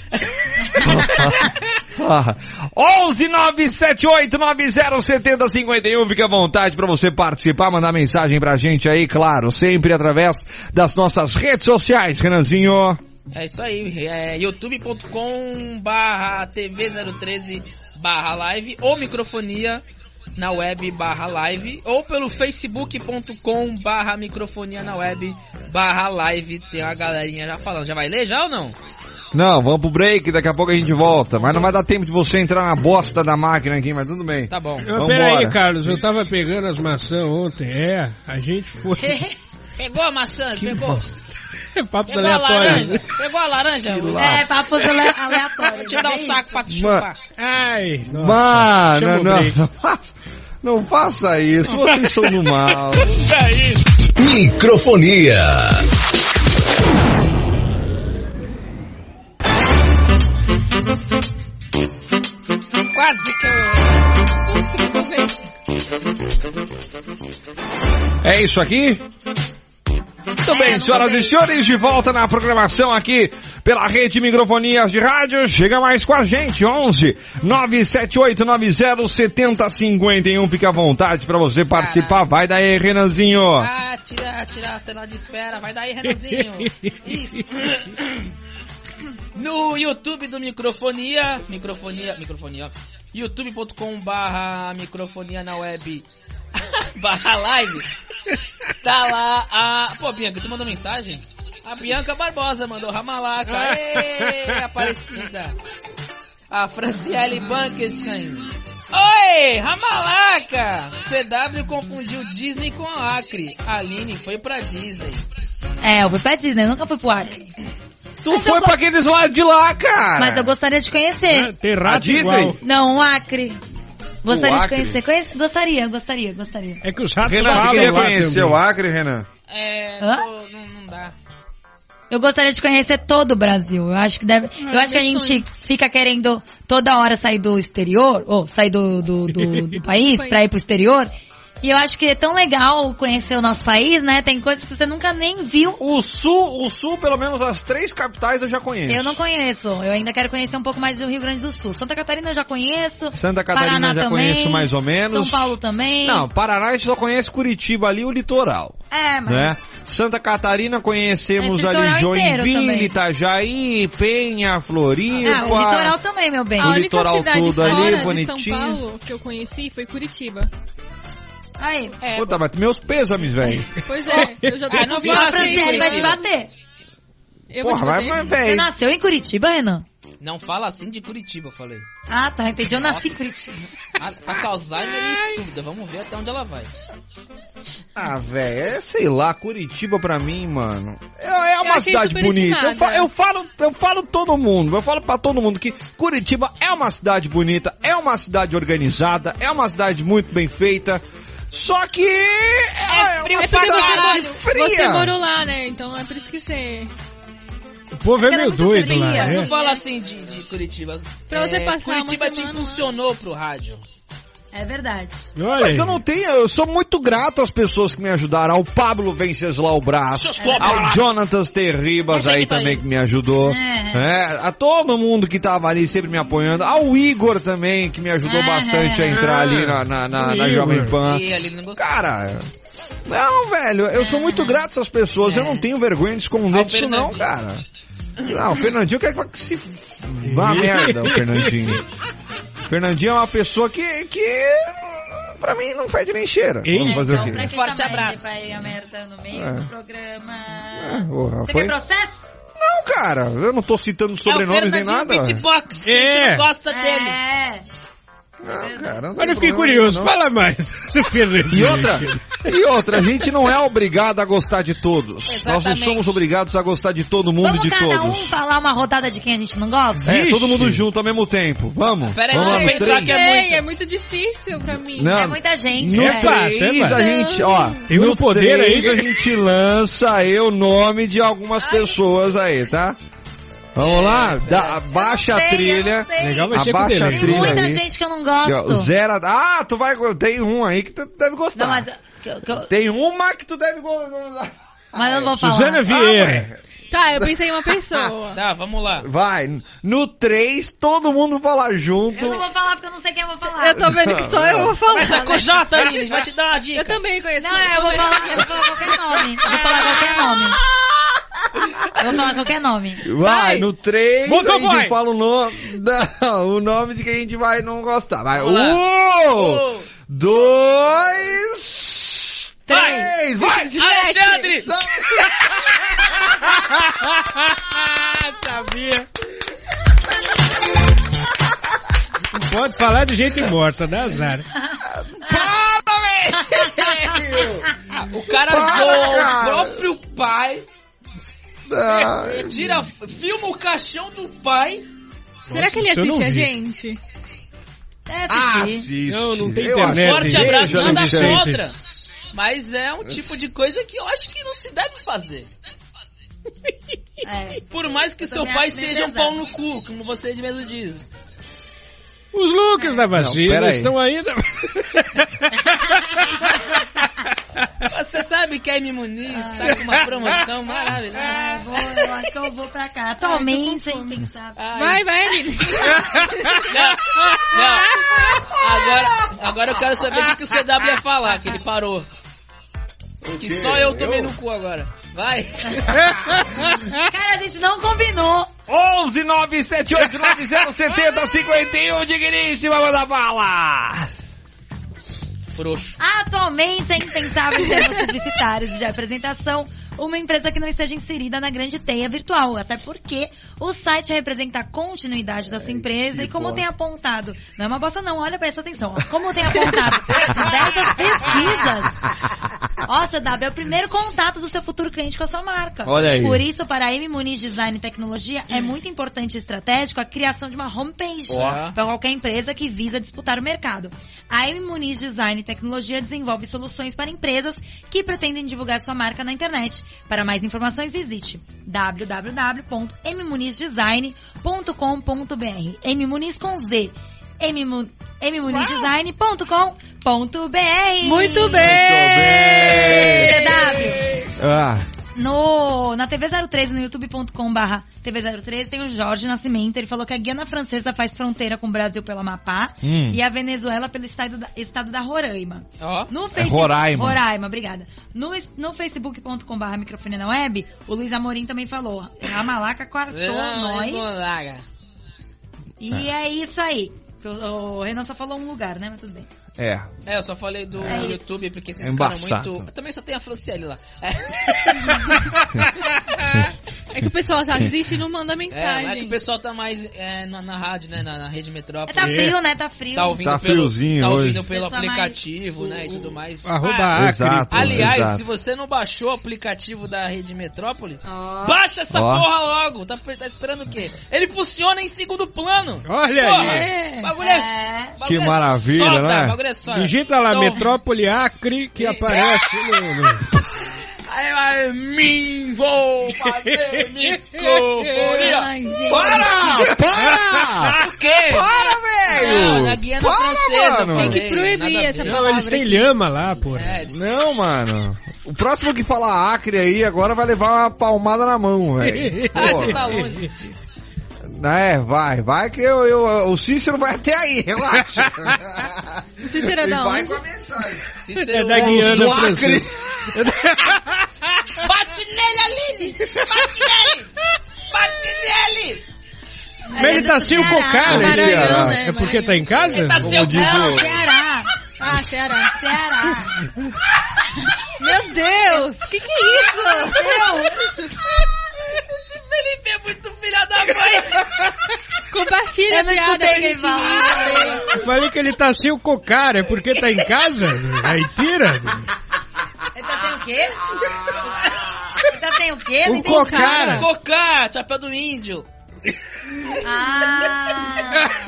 Speaker 3: 11978907051, fica à vontade pra você participar, mandar mensagem pra gente aí, claro, sempre através das nossas redes sociais, Renanzinho.
Speaker 4: É isso aí, é youtube.com barra tv013 barra live ou microfonia na web barra live ou pelo facebook.com barra microfonia na web barra live. Tem uma galerinha já falando, já vai ler já ou não?
Speaker 3: Não, vamos pro break, daqui a pouco a gente volta, mas não vai dar tempo de você entrar na bosta da máquina aqui, mas tudo bem.
Speaker 4: Tá bom.
Speaker 6: Ah, Pera
Speaker 3: Vambora.
Speaker 6: aí, Carlos, eu tava pegando as maçãs ontem. É, a gente foi.
Speaker 4: Pegou a maçã, pegou.
Speaker 6: Papos
Speaker 4: Pegou a laranja,
Speaker 6: aleatórios.
Speaker 4: pegou a laranja.
Speaker 5: É, papos ale- né? aleatórios.
Speaker 4: Vou te dar um
Speaker 5: Bem
Speaker 4: saco pra te
Speaker 3: Mano.
Speaker 4: chupar.
Speaker 6: Ai, nossa.
Speaker 3: Mano,
Speaker 6: chama o
Speaker 3: não,
Speaker 6: break.
Speaker 3: não, faça- não faça isso, vocês são do mal.
Speaker 9: Microfonia.
Speaker 4: Quase que eu...
Speaker 3: É isso aqui? Muito
Speaker 4: É,
Speaker 3: bem, senhoras e senhores, de volta na programação aqui pela Rede Microfonias de Rádio. Chega mais com a gente, 11 978 90 7051. Fica um. à vontade pra você participar. Vai daí, Renanzinho.
Speaker 4: Ah, tira, tira a tela de espera. Vai daí, Renanzinho. Isso. No YouTube do Microfonia, Microfonia, Microfonia, youtube.com barra microfonia na web barra live, tá lá a... Pô, Bianca, tu mandou mensagem? A Bianca Barbosa mandou Ramalaca, ê, Aparecida. A Franciele Bankersen. Oi, Ramalaca! CW confundiu Disney com Acre. Aline foi pra Disney.
Speaker 5: É, eu fui pra Disney, eu nunca fui pro Acre.
Speaker 3: tu foi pra aqueles lados de lá, cara.
Speaker 5: Mas eu gostaria de
Speaker 6: Ah,
Speaker 5: conhecer.
Speaker 6: Tem
Speaker 3: A
Speaker 6: rato
Speaker 3: Disney?
Speaker 6: igual.
Speaker 5: Não, o Acre. Gostaria
Speaker 3: O Um
Speaker 5: de
Speaker 3: Acre?
Speaker 5: conhecer. Conhece? Gostaria, gostaria, gostaria.
Speaker 6: É que os ratos
Speaker 3: Renan, você
Speaker 6: falam
Speaker 3: queria
Speaker 6: lá
Speaker 3: conhecer
Speaker 6: também.
Speaker 3: o Acre, Renan?
Speaker 4: É,
Speaker 5: Hã?
Speaker 4: tô- não, não dá.
Speaker 5: Eu gostaria de conhecer todo o Brasil. Eu acho que deve. eu acho que a
Speaker 7: meu
Speaker 5: gente fica querendo toda hora sair do exterior, ou sair do, do, do- do país
Speaker 7: país.
Speaker 5: pra ir pro exterior. E eu acho que é tão legal conhecer o nosso país, né? Tem coisas que você nunca nem viu.
Speaker 3: O sul, o sul, pelo menos as três capitais eu já conheço.
Speaker 5: Eu não conheço. Eu ainda quero conhecer um pouco mais do Rio Grande do Sul. Santa Catarina eu já conheço.
Speaker 3: Santa Catarina
Speaker 5: Paraná
Speaker 3: eu já
Speaker 5: também,
Speaker 3: conheço mais ou menos.
Speaker 5: São Paulo também.
Speaker 3: Não, Paraná a gente só conhece Curitiba ali, o litoral.
Speaker 5: É, mas
Speaker 3: Né? Santa Catarina conhecemos
Speaker 5: Esse
Speaker 3: ali
Speaker 5: litoral inteiro
Speaker 3: Joinville,
Speaker 5: também.
Speaker 3: Itajaí, Penha, Floripa.
Speaker 5: Ah, o litoral também, meu bem.
Speaker 7: A única
Speaker 3: litoral
Speaker 7: cidade
Speaker 3: todo ali,
Speaker 7: fora de
Speaker 3: bonitinho.
Speaker 7: São Paulo que eu conheci foi Curitiba.
Speaker 5: Aí.
Speaker 7: É,
Speaker 3: Puta, mas meus pêsames, velho.
Speaker 7: pois é, eu já tô
Speaker 4: Ah, não
Speaker 7: com
Speaker 4: fala
Speaker 5: A
Speaker 4: assim,
Speaker 7: vinte,
Speaker 5: Franciele vai te
Speaker 4: Curitiba.
Speaker 5: bater.
Speaker 7: Eu vou
Speaker 3: Porra,
Speaker 7: te
Speaker 3: vai,
Speaker 7: fazer.
Speaker 3: mas,
Speaker 5: Você
Speaker 3: velho.
Speaker 5: nasceu em Curitiba, Renan?
Speaker 4: Não fala assim de Curitiba, eu falei.
Speaker 5: Ah, tá, entendi. Eu nasci em Curitiba.
Speaker 4: Ah, Tá com Alzheimer e estúpida. Vamos ver até onde ela vai.
Speaker 3: Ah, velho, é, sei lá, Curitiba pra mim, mano. É, é uma
Speaker 7: achei
Speaker 3: cidade
Speaker 7: super
Speaker 3: bonita. Eu, fa-
Speaker 7: estimada.
Speaker 3: eu falo, eu falo todo mundo, eu falo pra todo mundo que Curitiba é uma cidade bonita, é uma cidade organizada, é uma cidade muito bem feita. Só que ela é,
Speaker 7: É
Speaker 3: uma
Speaker 7: porque você,
Speaker 3: cidade
Speaker 7: morou, você
Speaker 3: fria.
Speaker 7: morou lá, né? Então é por isso que você.
Speaker 6: O povo é
Speaker 5: Era
Speaker 6: meio
Speaker 5: muita
Speaker 6: doido lá,
Speaker 5: cervejinha.
Speaker 3: É.
Speaker 4: Não
Speaker 6: né?
Speaker 4: fala assim de, de Curitiba. É,
Speaker 7: Pra você passar uma
Speaker 4: Curitiba te
Speaker 7: semana lá.
Speaker 4: impulsionou pro rádio.
Speaker 5: É verdade.
Speaker 6: Olha
Speaker 3: Mas
Speaker 6: aí.
Speaker 3: eu não tenho, eu sou muito grato às pessoas que me ajudaram, ao Pablo Venceslau Brás, ao Jonathan Terribas
Speaker 4: Mas é
Speaker 3: aí
Speaker 4: que tá
Speaker 3: também
Speaker 4: aí.
Speaker 3: que me ajudou,
Speaker 5: É.
Speaker 3: né? a todo mundo que tava ali sempre me apoiando, ao Igor também que me ajudou
Speaker 5: É.
Speaker 3: bastante a entrar ali na, na, na- na
Speaker 6: Igor.
Speaker 3: Jovem Pan.
Speaker 4: E ele não gostou.
Speaker 3: Cara, não, velho, eu sou muito grato a essas pessoas, eu não tenho vergonha de esconder
Speaker 4: Ao
Speaker 3: disso não,
Speaker 4: Fernandinho.
Speaker 3: cara. Não, o Fernandinho quer que se... Vá merda, o Fernandinho. O Fernandinho é uma pessoa que, que pra mim não fede nem cheira. Vamos
Speaker 6: Ei,
Speaker 3: fazer o
Speaker 5: então,
Speaker 3: quê?
Speaker 5: pra
Speaker 3: né?
Speaker 5: quem
Speaker 4: Forte
Speaker 5: tá mais
Speaker 4: abraço.
Speaker 5: de Bahia merda no meio
Speaker 3: É.
Speaker 5: do programa.
Speaker 3: Ah, porra,
Speaker 5: Você É
Speaker 3: foi-
Speaker 5: quer processo?
Speaker 3: Não, cara, eu não tô citando sobrenomes nem nada.
Speaker 4: É Beatbox.
Speaker 6: É.
Speaker 4: A gente não gosta dele.
Speaker 5: É.
Speaker 3: Não, cara, não
Speaker 6: Mas
Speaker 3: tem
Speaker 6: eu fiquei
Speaker 3: problema
Speaker 6: curioso,
Speaker 3: não.
Speaker 6: fala mais. do Fernandinho.
Speaker 3: E outra, e outra, a gente não é obrigado a gostar de todos. Nós não
Speaker 4: Exatamente.
Speaker 3: somos obrigados a gostar de todo mundo
Speaker 5: Vamos
Speaker 3: de
Speaker 5: cada um
Speaker 3: todos.
Speaker 5: falar uma rodada de quem a gente não gosta?
Speaker 3: É,
Speaker 6: Vixe.
Speaker 3: todo mundo junto ao mesmo tempo. Vamos.
Speaker 4: Pera aí,
Speaker 3: Vamos
Speaker 4: deixa
Speaker 3: lá,
Speaker 4: eu pensar
Speaker 3: três.
Speaker 4: que é
Speaker 7: Ei,
Speaker 4: muito.
Speaker 7: é muito difícil pra mim.
Speaker 3: Não,
Speaker 5: É muita gente,
Speaker 3: No
Speaker 6: É
Speaker 5: né?
Speaker 6: fácil, é
Speaker 3: três,
Speaker 6: fácil.
Speaker 3: a gente, ó,
Speaker 6: Tem um
Speaker 3: no
Speaker 6: poder aí
Speaker 3: três
Speaker 6: que-
Speaker 3: a gente lança aí o nome de algumas pessoas aí, tá? Vamos lá, dá, baixa a
Speaker 5: É, Eu não sei, eu
Speaker 3: trilha.
Speaker 5: não sei.
Speaker 6: Legal vai ser com
Speaker 3: Abaixa a
Speaker 5: Tem
Speaker 3: trilha
Speaker 6: delay.
Speaker 5: muita
Speaker 3: aí.
Speaker 5: gente que eu não
Speaker 3: Aqui, ó,
Speaker 5: gosto.
Speaker 3: Zero. Ah, tu vai. Tem um aí que tu deve gostar.
Speaker 5: Não, mas, que- que eu-
Speaker 3: Tem uma que tu deve gostar.
Speaker 5: mas eu não vou falar.
Speaker 6: Suzana
Speaker 3: Ah,
Speaker 6: Vieira.
Speaker 7: Tá, eu pensei em uma pessoa.
Speaker 4: Tá, vamos lá.
Speaker 3: Vai. No 3, todo mundo fala junto.
Speaker 5: Eu não vou falar porque eu não sei quem eu vou falar.
Speaker 7: Eu tô vendo que só eu vou falar. né?
Speaker 4: Mas a Cojota, Aline, vai te dar uma
Speaker 7: Eu
Speaker 4: dica.
Speaker 7: também conheço.
Speaker 5: Não, é, eu vou falar, eu vou falar qualquer nome. Eu vou falar qualquer nome. Eu vou falar qualquer nome.
Speaker 3: Vai, no 3, a gente
Speaker 6: Motoboy.
Speaker 3: fala o nome. Não, o nome de que a gente vai não gostar. Vai.
Speaker 4: Vamos lá.
Speaker 3: Um,
Speaker 4: Oh.
Speaker 3: dois. Três, vai!
Speaker 4: Alexandre!
Speaker 6: Não pode falar de gente morta, dá azar.
Speaker 4: O cara
Speaker 3: Para,
Speaker 4: zoou
Speaker 3: cara.
Speaker 4: o próprio pai,
Speaker 3: Não,
Speaker 4: tira, filma o caixão do pai.
Speaker 7: Será que ele
Speaker 6: Nossa, isso eu não
Speaker 7: assiste a
Speaker 6: vi.
Speaker 7: gente?
Speaker 5: É,
Speaker 3: Ah,
Speaker 5: Titi.
Speaker 3: assiste.
Speaker 6: Não, não tem
Speaker 3: Eu
Speaker 6: internet.
Speaker 3: acho.
Speaker 4: Forte abraço,
Speaker 6: Veja,
Speaker 4: nada
Speaker 6: Vicente.
Speaker 4: contra. Mas é um tipo de coisa que eu acho que não se deve fazer.
Speaker 5: É.
Speaker 4: Por mais que seu
Speaker 5: também
Speaker 4: pai
Speaker 5: acho meio
Speaker 4: seja um
Speaker 5: pesado.
Speaker 4: pau no cu, como você mesmo diz.
Speaker 6: Os Lucas da vacina
Speaker 3: pera aí.
Speaker 6: estão ainda.
Speaker 4: Você sabe que a M. Muniz tá com uma promoção
Speaker 5: Ah,
Speaker 4: maravilhosa.
Speaker 5: vou, eu acho que eu vou pra cá. Atualmente, hein, quem sabe.
Speaker 4: Ai,
Speaker 7: Vai, vai, Aline.
Speaker 4: Não, não. Agora, agora eu quero saber o que, que o CW ia falar, que ele parou. Que só eu tomei no cu agora. Vai.
Speaker 5: Cara, a gente não combinou.
Speaker 3: 11 978 9070 51, digníssima, manda bala!
Speaker 4: Frouxo.
Speaker 5: Atualmente é impensável em termos publicitários de apresentação uma empresa que não esteja inserida na grande teia virtual, até porque o site representa a continuidade da sua empresa e como tem apontado, não é uma bosta não, olha, presta atenção, ó, como tem apontado diversas pesquisas, ó, CW, é o primeiro contato do seu futuro cliente com a sua marca.
Speaker 3: Olha aí.
Speaker 5: Por isso, para a M Muniz Design e Tecnologia, é muito importante e estratégico a criação de uma homepage
Speaker 4: Ó.
Speaker 5: para qualquer empresa que visa disputar o mercado. A M Muniz Design e Tecnologia desenvolve soluções para empresas que pretendem divulgar sua marca na internet. Para mais informações, visite www.mmunizdesign.com.br. M Muniz com Z. mmu- mmunizdesign.com.br www.radiocultura.com.br.
Speaker 7: Muito
Speaker 3: bem.
Speaker 5: CW.
Speaker 3: Ah,
Speaker 5: No, na TV03, no youtube.com.br TV03, tem o Jorge Nascimento. Ele falou que a Guiana Francesa faz fronteira com o Brasil pela Amapá
Speaker 3: Hum.
Speaker 5: e a Venezuela pelo estado da, estado da Roraima.
Speaker 4: Ó.
Speaker 5: No Facebook,
Speaker 3: É Roraima.
Speaker 5: Roraima, obrigada. No, es- no facebook.com.br microfone na web, o Luiz Amorim também falou. A Malaca quartou
Speaker 4: Não, é
Speaker 5: nós.
Speaker 4: bolaga.
Speaker 5: E é isso aí. O, o Renan só falou um lugar, né? Mas tudo bem.
Speaker 3: é.
Speaker 4: É, eu só falei do
Speaker 5: É isso.
Speaker 4: YouTube porque vocês
Speaker 3: É
Speaker 4: ficaram
Speaker 3: embaçado.
Speaker 4: muito. Eu também só tenho a Franciele lá.
Speaker 7: É que o pessoal já assiste e não
Speaker 4: É,
Speaker 7: manda
Speaker 4: é, é que
Speaker 7: mensagem.
Speaker 4: o pessoal tá mais é, na, na rádio, né? Na, na rede
Speaker 5: É,
Speaker 4: metrópole.
Speaker 5: tá frio, né? Tá frio.
Speaker 4: Tá ouvindo
Speaker 3: Tá
Speaker 4: pelo,
Speaker 3: friozinho
Speaker 4: tá ouvindo
Speaker 3: hoje.
Speaker 4: pelo
Speaker 5: Pessoal mais-
Speaker 4: aplicativo, né? E tudo mais.
Speaker 6: Arroba
Speaker 4: Ah,
Speaker 6: Acre.
Speaker 3: Exato.
Speaker 4: aliás,
Speaker 3: exato.
Speaker 4: se você não baixou o aplicativo da Rede Metrópole,
Speaker 5: Ó.
Speaker 4: baixa essa
Speaker 3: Ó.
Speaker 4: porra logo. Tá, tá esperando o quê? Ele funciona em segundo plano.
Speaker 6: Olha
Speaker 4: Porra,
Speaker 6: aí.
Speaker 4: é. Bagulho é.
Speaker 5: É.
Speaker 4: bagulho
Speaker 3: Que
Speaker 4: é
Speaker 3: maravilha,
Speaker 4: soda,
Speaker 3: né?
Speaker 4: Bagulho é soda.
Speaker 6: Digita lá,
Speaker 4: Então,
Speaker 6: Metrópole Acre, que aparece no... no-
Speaker 4: Aí vai, mim vou fazer microfonia.
Speaker 5: Ai, gente.
Speaker 3: Para! Para!
Speaker 4: Por quê?
Speaker 3: Para, velho!
Speaker 4: Não, na Guiana
Speaker 3: Para,
Speaker 4: Francesa.
Speaker 3: mano!
Speaker 4: eu falei,
Speaker 7: Tem que proibir
Speaker 4: nada a ver.
Speaker 7: essa
Speaker 6: Não, eles têm lhama lá, porra.
Speaker 4: É,
Speaker 3: Não, mano. O próximo que falar Acre aí agora vai levar uma palmada na mão, velho.
Speaker 4: Ah,
Speaker 3: Pô.
Speaker 4: você tá longe.
Speaker 3: É, vai, vai que eu, eu- o Cícero vai até aí, relaxa.
Speaker 7: O Cícero é
Speaker 3: Ele
Speaker 7: da
Speaker 3: vai
Speaker 7: onde?
Speaker 3: com a mensagem.
Speaker 4: Cícero,
Speaker 6: É da
Speaker 4: Ramos.
Speaker 6: Guiana
Speaker 3: do Acre.
Speaker 6: Francesa.
Speaker 4: Bate nele, Aline! Bate nele! Bate nele!
Speaker 6: Mas ele tá sem o
Speaker 5: Ceará,
Speaker 6: cocar, né?
Speaker 3: Maranhão,
Speaker 6: Ceará?
Speaker 7: né,
Speaker 6: É porque
Speaker 7: Maranhão.
Speaker 6: tá em casa?
Speaker 4: Tá seu
Speaker 3: diz
Speaker 4: cara.
Speaker 3: o-
Speaker 5: Ceará.
Speaker 7: Ah, Ceará.
Speaker 5: Ceará.
Speaker 7: Meu Deus! Que que é isso?
Speaker 4: Esse Felipe é muito filha da mãe!
Speaker 7: Compartilha
Speaker 5: Eu
Speaker 7: a
Speaker 5: não
Speaker 7: piada,
Speaker 5: escutei ele
Speaker 7: gente.
Speaker 5: falar.
Speaker 6: Eu Falei que ele tá sem o cocar, é porque tá em casa? Aí tira.
Speaker 5: Ele tá sem o quê? Ele tá sem o quê? Não
Speaker 6: O
Speaker 5: entendi.
Speaker 6: cocar.
Speaker 4: Cocá, chapéu do índio!
Speaker 5: Ah,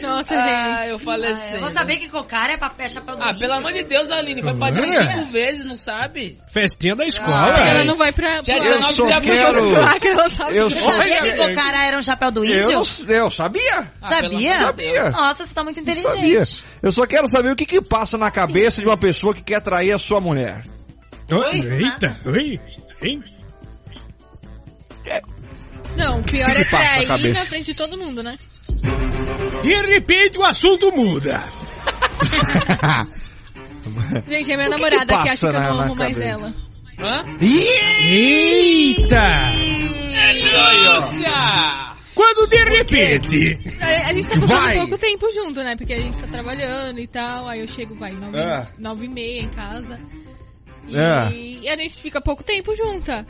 Speaker 7: Nossa,
Speaker 4: Ah,
Speaker 7: gente.
Speaker 4: eu falei
Speaker 5: Ah,
Speaker 4: assim.
Speaker 5: eu vou saber que cocar é pra é chapéu do
Speaker 4: Ah,
Speaker 5: índio.
Speaker 4: pelo amor de Deus, Aline, foi pra
Speaker 6: Olha.
Speaker 4: Disney cinco vezes, não sabe?
Speaker 6: Festinha da escola.
Speaker 7: Ela não vai pra...
Speaker 4: Dia
Speaker 7: pra-
Speaker 3: Eu
Speaker 4: 19
Speaker 3: só
Speaker 4: de Ah, abril.
Speaker 3: quero-
Speaker 7: pro Acre, ela sabe.
Speaker 3: Eu sou.
Speaker 5: Sabia que cocar era um chapéu do
Speaker 3: Eu,
Speaker 5: índio?
Speaker 3: não- eu sabia?
Speaker 4: Ah,
Speaker 5: Sabia?
Speaker 4: pelo amor de
Speaker 3: Sabia.
Speaker 5: Nossa, você tá muito inteligente.
Speaker 3: Sabia. Eu só quero saber o que que passa na cabeça de uma pessoa que quer trair a sua mulher.
Speaker 6: Oh,
Speaker 5: Oi?
Speaker 6: Eita, oi. Hein?
Speaker 7: Não, o pior
Speaker 3: Que
Speaker 7: é
Speaker 3: que passa a
Speaker 7: trair
Speaker 3: cabeça?
Speaker 7: na frente de todo mundo, né?
Speaker 6: De repente o assunto muda.
Speaker 7: Gente, é minha
Speaker 3: O que que
Speaker 7: namorada que,
Speaker 3: passa
Speaker 7: acha que eu
Speaker 3: na-
Speaker 7: não
Speaker 3: na
Speaker 7: amo mais
Speaker 3: cabeça?
Speaker 7: ela.
Speaker 4: Deus. Hã?
Speaker 3: Ih!
Speaker 6: Eita!
Speaker 4: Lúcia!
Speaker 6: Quando de repente.
Speaker 7: A, a gente tá passando
Speaker 3: Vai!
Speaker 7: pouco tempo junto, né? Porque a gente tá trabalhando e tal. Aí eu chego, vai, nove,
Speaker 3: É.
Speaker 7: nove e meia em casa. E,
Speaker 3: É.
Speaker 7: e a gente fica pouco tempo junta.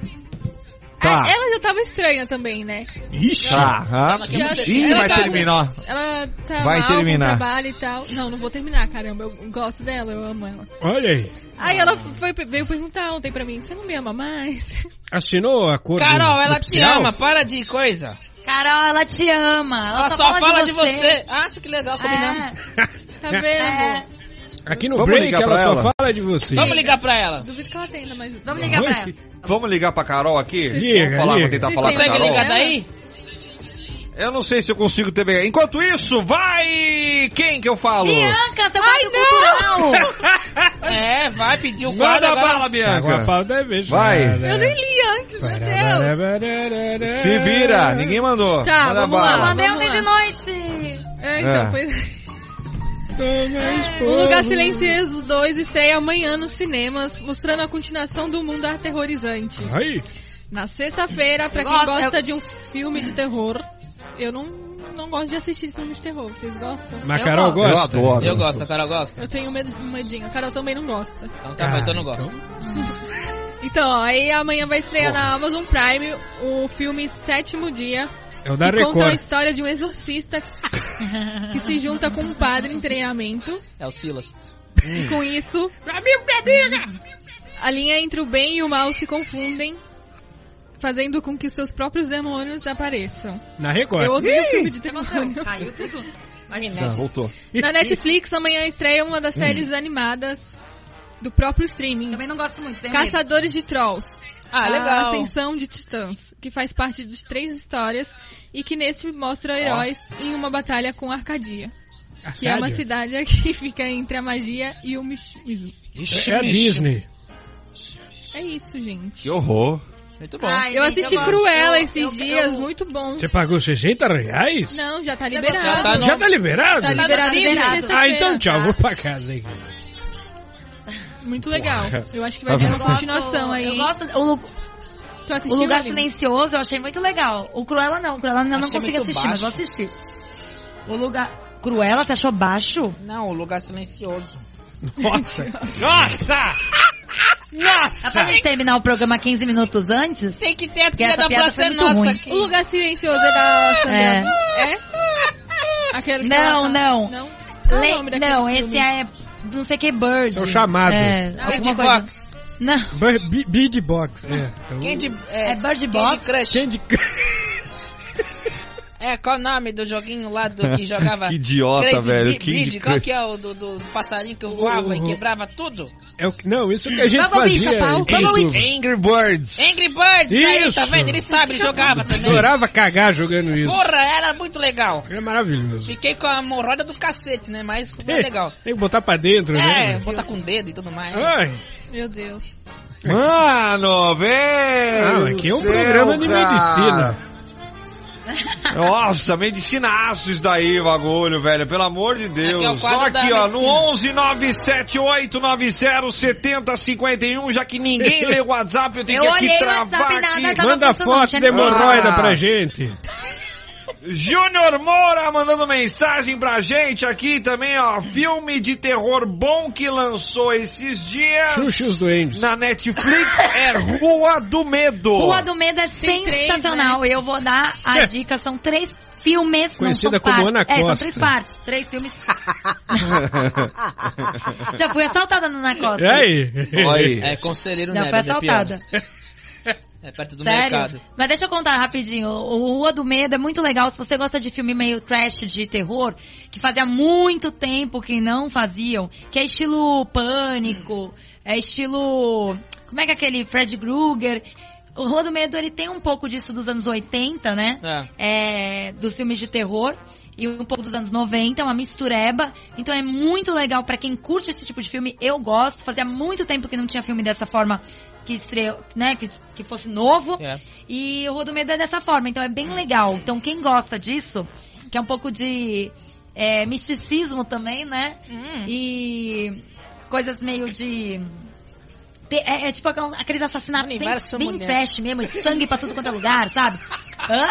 Speaker 3: Tá.
Speaker 7: Ah, ela já tava estranha também, né?
Speaker 6: Ixi.
Speaker 3: Tá, ah,
Speaker 4: Ela quer
Speaker 3: Ih,
Speaker 7: ser
Speaker 3: vai
Speaker 7: delegada.
Speaker 3: terminar.
Speaker 7: Ela tá
Speaker 3: Vai
Speaker 7: mal
Speaker 3: terminar.
Speaker 7: com o trabalho e tal. Não, não vou terminar, caramba. Eu gosto dela, eu amo ela.
Speaker 6: Olha aí.
Speaker 7: Aí
Speaker 3: Ah.
Speaker 7: ela foi, veio perguntar ontem pra mim, você não me ama mais?
Speaker 6: Assinou a cor
Speaker 4: Carol, ela te ama, para de coisa.
Speaker 5: Carol, ela te ama. Ela,
Speaker 4: Ela
Speaker 5: só,
Speaker 4: só fala de
Speaker 5: você.
Speaker 4: você. Ah, isso que legal, combinamos.
Speaker 5: É,
Speaker 7: Tá vendo?
Speaker 5: é.
Speaker 6: Aqui no
Speaker 3: Vamos
Speaker 6: break
Speaker 3: ligar
Speaker 6: ela
Speaker 3: pra
Speaker 6: só
Speaker 3: ela?
Speaker 6: fala de você.
Speaker 4: Vamos ligar pra ela.
Speaker 7: Duvido que ela tenha ainda mais.
Speaker 5: Vamos ligar pra ela.
Speaker 3: Vamos ligar pra Carol aqui?
Speaker 6: Liga,
Speaker 3: Vamos falar,
Speaker 6: liga.
Speaker 3: vou tentar
Speaker 7: Vocês
Speaker 3: falar com a
Speaker 4: Consegue
Speaker 3: Carol.
Speaker 4: ligar daí?
Speaker 3: Eu não sei se eu consigo ter bem. Enquanto isso, vai! Quem que eu falo?
Speaker 5: Bianca, seu quadro cultural.
Speaker 4: É, vai pedir o quadro
Speaker 3: Manda a
Speaker 4: agora.
Speaker 3: bala,
Speaker 6: Agora a
Speaker 3: Bianca.
Speaker 6: pauta é beijo.
Speaker 3: Vai.
Speaker 7: Eu nem li antes, meu Deus.
Speaker 6: Deus.
Speaker 3: Se vira,
Speaker 6: É.
Speaker 3: ninguém mandou.
Speaker 7: Tá,
Speaker 3: Manda a
Speaker 7: vamos lá,
Speaker 3: bala.
Speaker 7: manda-
Speaker 5: Mandei
Speaker 7: Vamos
Speaker 5: ontem
Speaker 7: lá.
Speaker 5: de noite.
Speaker 7: É, então,
Speaker 3: É.
Speaker 7: foi.
Speaker 6: Um
Speaker 7: O Lugar Silencioso 2 estreia amanhã nos cinemas, mostrando a continuação do mundo aterrorizante.
Speaker 6: Aí,
Speaker 7: Na sexta-feira, pra quem
Speaker 5: Gosto,
Speaker 7: gosta
Speaker 5: eu-
Speaker 7: de um filme de terror, eu não, não gosto de assistir filme de terror. Vocês gostam?
Speaker 6: mas
Speaker 5: Eu
Speaker 6: Carol
Speaker 3: Eu
Speaker 6: gosta. né?
Speaker 3: adoro.
Speaker 4: Eu gosto, a Carol gosta.
Speaker 7: Eu tenho medo, medinho. A Carol também não gosta.
Speaker 4: Então tá, bom, então eu não
Speaker 6: Ah,
Speaker 4: gosto.
Speaker 7: Então, ó, aí amanhã vai estrear na Amazon Prime o filme Sétimo Dia,
Speaker 6: É o da
Speaker 7: que conta a
Speaker 6: Record.
Speaker 7: história de um exorcista que se junta com um padre em treinamento.
Speaker 4: É o Silas.
Speaker 7: E com isso, a linha entre o bem e o mal se confundem, fazendo com que seus próprios demônios apareçam.
Speaker 6: Na
Speaker 7: Eu
Speaker 6: Record.
Speaker 7: odeio filme de demônio.
Speaker 5: Aconteceu. Caiu tudo.
Speaker 3: Tá, voltou.
Speaker 7: Na Netflix, amanhã estreia uma
Speaker 6: Hum.
Speaker 7: das séries animadas do próprio streaming.
Speaker 5: Também não gosto muito. tenho medo.
Speaker 7: Caçadores de Trolls.
Speaker 4: Ah,
Speaker 7: A
Speaker 4: legal.
Speaker 7: Ascensão de Titãs, que faz parte de três histórias e que neste mostra heróis em uma batalha com Arcadia. que é uma
Speaker 6: Rádio?
Speaker 7: cidade que fica entre a magia e o misticismo.
Speaker 4: Ixi,
Speaker 6: É a
Speaker 4: bicho.
Speaker 6: Disney.
Speaker 7: É isso, gente.
Speaker 3: Que horror.
Speaker 4: Muito bom.
Speaker 5: Ai,
Speaker 7: eu
Speaker 5: gente,
Speaker 7: assisti
Speaker 5: gosto.
Speaker 7: Cruella
Speaker 5: Eu-
Speaker 7: esses
Speaker 5: eu-
Speaker 7: dias,
Speaker 5: eu-
Speaker 7: muito bom.
Speaker 6: Você pagou 60 reais?
Speaker 7: Não, já tá
Speaker 4: Já
Speaker 7: liberado.
Speaker 4: tá no-
Speaker 6: Já tá liberado?
Speaker 7: Tá liberado desde
Speaker 5: liberado.
Speaker 6: Ah,
Speaker 7: sexta-feira.
Speaker 6: então tchau, vou pra casa aí.
Speaker 7: Muito legal.
Speaker 6: Tá
Speaker 3: Porra.
Speaker 7: Eu acho que vai ter
Speaker 5: eu
Speaker 7: uma
Speaker 5: gosto-
Speaker 7: continuação aí.
Speaker 5: Eu
Speaker 7: hein?
Speaker 5: gosto. O, lu-
Speaker 7: Tu
Speaker 5: o
Speaker 7: assistiu,
Speaker 5: Lugar
Speaker 7: Aline?
Speaker 5: Silencioso eu achei muito legal. O Cruella não. O Cruella eu não
Speaker 4: Achei
Speaker 5: consegui
Speaker 4: muito
Speaker 5: assistir, mas vou
Speaker 4: baixo.
Speaker 5: assistir. O Lugar... Cruella, você achou baixo?
Speaker 4: Não, o lugar silencioso.
Speaker 6: Nossa! Nossa!
Speaker 5: Dá pra gente terminar o programa 15 minutos antes?
Speaker 4: Tem que ter a
Speaker 5: Porque
Speaker 4: trilha
Speaker 5: essa
Speaker 4: da
Speaker 5: piada
Speaker 4: Praça
Speaker 5: foi
Speaker 4: é
Speaker 5: muito
Speaker 4: Nossa
Speaker 5: ruim.
Speaker 4: aqui.
Speaker 7: O Lugar Silencioso é da Sandra.
Speaker 5: É.
Speaker 7: É? Aquele que
Speaker 5: Não,
Speaker 7: ela tá-
Speaker 5: não.
Speaker 7: Não? Qual é o nome
Speaker 5: Le...
Speaker 7: daquele
Speaker 5: Não,
Speaker 7: filme?
Speaker 5: esse é... Não sei que Bird.
Speaker 6: É o chamado.
Speaker 5: É,
Speaker 4: Ah,
Speaker 5: alguma
Speaker 4: Candy
Speaker 5: coisa.
Speaker 4: Box.
Speaker 5: Não.
Speaker 6: B- B- Big Box. É.
Speaker 4: Candy, é,
Speaker 5: É Bird
Speaker 4: Candy
Speaker 5: Box?
Speaker 4: Crush.
Speaker 6: Candy Crush.
Speaker 4: É, qual o nome do joguinho lá do que jogava?
Speaker 3: Que idiota,
Speaker 4: Crazy
Speaker 3: velho.
Speaker 4: Bri-
Speaker 3: Candy
Speaker 4: Bridge, qual
Speaker 3: Crush.
Speaker 4: que é o do, do passarinho que voava e
Speaker 6: Uhum.
Speaker 4: quebrava tudo?
Speaker 6: É o que- Não, isso que a gente
Speaker 5: Vamos, bicha,
Speaker 6: fazia.
Speaker 5: Paulo,
Speaker 6: em
Speaker 5: vamos,
Speaker 6: YouTube.
Speaker 3: Angry Birds.
Speaker 4: Angry Birds, aí, tá
Speaker 6: Isso.
Speaker 4: vendo? Ele sabe, ele jogava também.
Speaker 6: Adorava cagar jogando isso.
Speaker 4: Porra, era muito legal.
Speaker 6: Era É maravilhoso.
Speaker 4: Fiquei com a morada do cacete, né? Mas foi
Speaker 6: Ei,
Speaker 4: legal.
Speaker 6: Tem que botar pra dentro,
Speaker 4: É,
Speaker 6: né?
Speaker 4: botar com o dedo e tudo mais.
Speaker 6: Ai,
Speaker 7: Meu Deus.
Speaker 3: Mano, velho.
Speaker 6: Ah, mas aqui é um programa de medicina.
Speaker 3: Nossa, medicinaço isso daí, bagulho, velho. Pelo amor de Deus.
Speaker 4: Aqui é o quadro
Speaker 3: Só
Speaker 4: da
Speaker 3: aqui, ó,
Speaker 4: medicina.
Speaker 3: no 11 978 7051 já que ninguém lê o WhatsApp, eu tenho
Speaker 5: Eu
Speaker 3: que aqui
Speaker 5: olhei o
Speaker 3: travar
Speaker 5: WhatsApp,
Speaker 3: aqui.
Speaker 5: nada, tava
Speaker 6: manda
Speaker 5: funcionando,
Speaker 6: foto
Speaker 5: tinha
Speaker 6: de hemorroida
Speaker 3: Ah.
Speaker 6: pra gente.
Speaker 3: Júnior Moura mandando mensagem pra gente aqui também, ó. Filme de terror bom que lançou esses dias
Speaker 6: Xuxa e os doentes.
Speaker 3: na Netflix é Rua do Medo.
Speaker 5: Rua do Medo é
Speaker 7: Tem três,
Speaker 5: sensacional. Eu vou dar a dica. São três filmes. não,
Speaker 6: Conhecida
Speaker 5: são
Speaker 6: como
Speaker 5: partes.
Speaker 6: Ana
Speaker 5: É, são
Speaker 6: Costa.
Speaker 5: três partes. Três filmes. Já fui assaltada na Ana Costa.
Speaker 6: E aí?
Speaker 3: Olha aí.
Speaker 4: É, conselheiro
Speaker 5: Já fui
Speaker 4: Neves, é pior.
Speaker 5: assaltada.
Speaker 4: É perto do
Speaker 5: Sério?
Speaker 4: mercado.
Speaker 5: Mas deixa eu contar rapidinho. O o Rua do Medo é muito legal. Se você gosta de filme meio trash de terror, que fazia muito tempo que não faziam, que é estilo Pânico, é estilo... Como é que é aquele Fred Krueger? O Rua do Medo, ele tem um pouco disso dos anos 80, né?
Speaker 4: É.
Speaker 5: é, dos filmes de terror e um pouco dos anos 90, uma mistureba. Então é muito legal pra quem curte esse tipo de filme. Eu gosto. Fazia muito tempo que não tinha filme dessa forma que estreou, né, que, que fosse novo.
Speaker 4: É.
Speaker 5: E o Rua do Medo é dessa forma, então é bem legal. Então quem gosta disso, que é um pouco de é, misticismo também, né?
Speaker 4: Hum.
Speaker 5: E coisas meio de te- é, é tipo aquel- aqueles assassinatos bem,
Speaker 4: Universo
Speaker 5: bem
Speaker 4: mulher.
Speaker 5: trash mesmo, de sangue pra tudo quanto é lugar, sabe? Hã?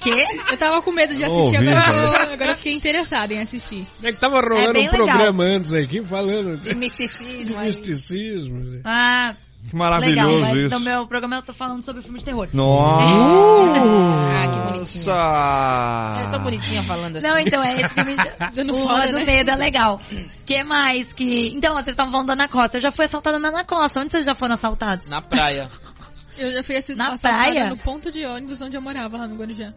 Speaker 5: Quê?
Speaker 7: Eu tava com medo de assistir,
Speaker 3: Ouvi,
Speaker 7: agora, eu tô- agora eu fiquei interessada em assistir.
Speaker 6: É que tava rolando
Speaker 5: bem
Speaker 6: um
Speaker 5: legal.
Speaker 6: programa antes aqui falando
Speaker 4: De
Speaker 6: de
Speaker 4: misticismo aí.
Speaker 6: misticismo. né?
Speaker 5: Ah,
Speaker 3: Que
Speaker 5: legal,
Speaker 3: maravilhoso
Speaker 5: mas
Speaker 3: isso.
Speaker 5: no meu programa eu tô falando sobre filme de terror.
Speaker 3: Nossa!
Speaker 4: Ah, que bonitinho. É
Speaker 3: tá
Speaker 4: tão bonitinha falando assim.
Speaker 5: Não, então é esse filme
Speaker 7: Dando
Speaker 5: o
Speaker 7: fora,
Speaker 5: Rua do
Speaker 7: né?
Speaker 5: Medo, é legal. que mais que... Então, vocês estavam falando da Ana Costa. Eu já fui assaltada na Ana Costa. Onde vocês já foram assaltados?
Speaker 4: Na praia.
Speaker 7: Eu já fui assistir
Speaker 5: Na praia?
Speaker 7: no ponto de ônibus onde eu morava, lá no Guarujá.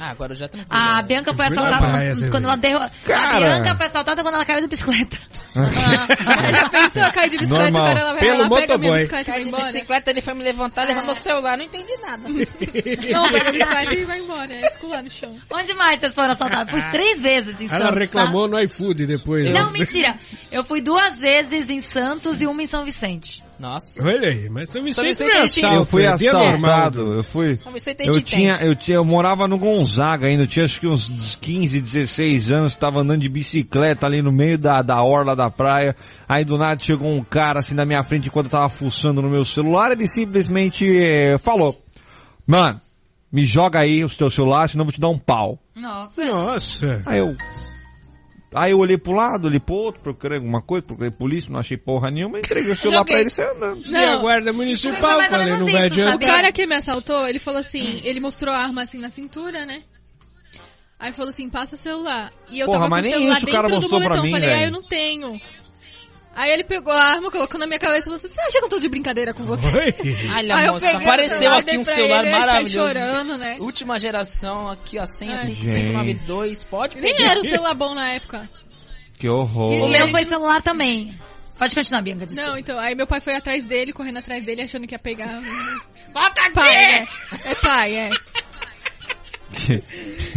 Speaker 4: Ah, agora eu já tranquilo.
Speaker 5: A Bianca foi
Speaker 6: Eu fui na
Speaker 5: assaltada
Speaker 6: praia
Speaker 5: quando-
Speaker 6: também.
Speaker 5: quando ela derru... A
Speaker 3: Cara!
Speaker 5: Bianca foi assaltada quando ela caiu da bicicleta.
Speaker 3: Ah,
Speaker 7: Você já pensou, eu caí de bicicleta
Speaker 3: Normal.
Speaker 7: e agora ela vai
Speaker 6: Ah, Pelo
Speaker 7: lá, pega minha
Speaker 6: motoboy.
Speaker 7: bicicleta e vai
Speaker 4: Cai de
Speaker 7: embora? É.
Speaker 4: bicicleta, ele foi me levantar, levou meu celular, não entendi nada.
Speaker 7: Não, pega a bicicleta e vai embora. É, ficou lá no chão.
Speaker 5: Onde mais vocês foram assaltados? Fui três vezes em Santos.
Speaker 6: Ela
Speaker 5: tá?
Speaker 6: reclamou no iFood depois. né?
Speaker 5: Não, mentira. Eu fui duas vezes em Santos e uma em São Vicente.
Speaker 4: Nossa.
Speaker 6: Olha aí, mas São Vicente
Speaker 4: São
Speaker 6: não é
Speaker 4: Vicente-
Speaker 6: assalto.
Speaker 3: Eu fui
Speaker 6: é dia normal.
Speaker 3: assaltado, eu fui.
Speaker 4: São Vicente Então tem
Speaker 3: Eu
Speaker 4: titã.
Speaker 3: tinha, eu tinha, eu morava no Gonzaga ainda, eu tinha acho que uns 15, 16 anos, tava andando de bicicleta ali no meio da, da orla da praia, aí do nada chegou um cara assim na minha frente enquanto eu tava fuçando no meu celular, ele simplesmente eh, falou, mano, me joga aí os teus celulares, senão eu vou te dar um pau.
Speaker 5: Nossa.
Speaker 6: Nossa.
Speaker 3: Aí eu, aí eu olhei pro lado, olhei pro outro, procurei alguma coisa, procurei polícia, não achei porra nenhuma, entreguei o celular pra ele e saí andando.
Speaker 6: E a guarda municipal,
Speaker 5: Mas mais ou
Speaker 6: falei, não
Speaker 5: menos
Speaker 6: vai
Speaker 5: isso,
Speaker 6: adiantar.
Speaker 7: O cara que me assaltou, ele falou assim, ele mostrou a arma assim na cintura, né? Aí falou assim, passa o celular. E eu
Speaker 3: Porra,
Speaker 7: tava
Speaker 3: mas
Speaker 7: com o
Speaker 3: nem
Speaker 7: celular
Speaker 3: isso o
Speaker 7: dentro
Speaker 3: cara
Speaker 7: do
Speaker 3: mostrou pra
Speaker 7: boletão,
Speaker 3: mim,
Speaker 7: falei, ah,
Speaker 3: velho.
Speaker 7: eu não tenho. Aí ele pegou a arma, colocou na minha cabeça e falou assim, você acha que eu tô de brincadeira com você?
Speaker 6: Oi?
Speaker 4: Olha,
Speaker 7: Aí eu
Speaker 4: moça,
Speaker 7: peguei o
Speaker 4: apareceu
Speaker 7: celular,
Speaker 4: aqui
Speaker 7: dei
Speaker 4: um
Speaker 7: pra
Speaker 4: celular
Speaker 7: ele, ele ficou
Speaker 4: maravilhoso.
Speaker 7: chorando, né?
Speaker 4: Última geração aqui, ó, assim, senha
Speaker 7: Ai,
Speaker 4: 5592, pode
Speaker 7: Nem
Speaker 4: pegar.
Speaker 7: era um celular bom na época.
Speaker 3: Que horror.
Speaker 5: O meu foi celular também. Pode continuar, Bianca. desculpa.
Speaker 7: Não, então, aí meu pai foi atrás dele, correndo atrás dele, achando que ia pegar. Bota aqui! Pai, né? É pai, é.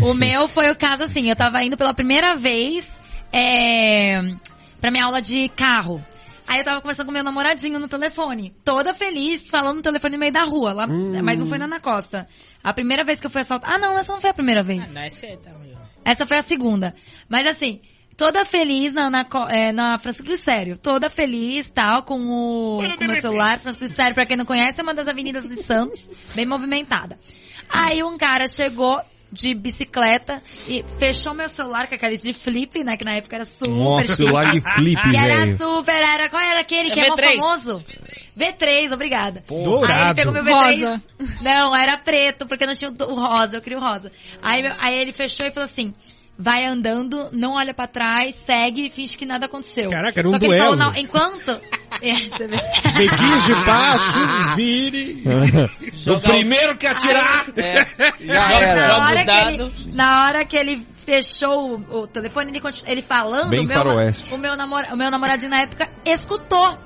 Speaker 5: O meu foi o caso assim, eu tava indo pela primeira vez é, pra minha aula de carro. Aí eu tava conversando com meu namoradinho no telefone, toda feliz, falando no telefone no meio da rua, lá,
Speaker 6: Hum.
Speaker 5: mas não foi na Ana Costa. A primeira vez que eu fui assaltada. Ah, não, essa não foi a primeira vez.
Speaker 4: Não, essa é tá ruim.
Speaker 5: Essa foi a segunda. Mas assim, toda feliz na, na, co- é, na Francisco Glicério. Toda feliz, tal, com o com o meu celular. Francisco Glicério, pra quem não conhece, é uma das avenidas de Santos, bem movimentada. Aí um cara chegou de bicicleta e fechou meu celular com aqueles de flip, né? Que na época era super
Speaker 9: Nossa,
Speaker 5: chique.
Speaker 9: celular de flip,
Speaker 5: Que era
Speaker 9: velho.
Speaker 5: super, era, qual era aquele
Speaker 4: É
Speaker 5: que é mó
Speaker 4: V3.
Speaker 5: famoso? V3, obrigada. Aí ele
Speaker 6: Dourado.
Speaker 5: pegou meu V3.
Speaker 7: Rosa.
Speaker 5: Não, era preto, porque não tinha o do- o rosa, eu queria o rosa. Aí, meu- aí ele fechou e falou assim: vai andando, não olha pra trás, segue e finge que nada aconteceu.
Speaker 6: Caraca, era um
Speaker 5: Só que ele
Speaker 6: duelo.
Speaker 5: falou, não, enquanto. É, você vê.
Speaker 6: Bequinhos de passos, vire.
Speaker 3: O primeiro que atirar!
Speaker 4: É,
Speaker 9: Ah,
Speaker 8: Já
Speaker 4: Joga-
Speaker 9: né?
Speaker 8: era.
Speaker 4: joga-
Speaker 5: na, hora
Speaker 4: o
Speaker 5: que
Speaker 4: dado.
Speaker 5: ele, na hora que ele fechou o, o telefone, ele, continu- ele falando,
Speaker 9: Bem
Speaker 5: o, meu,
Speaker 9: faroeste.
Speaker 5: na- o, meu namora- o meu namoradinho na época escutou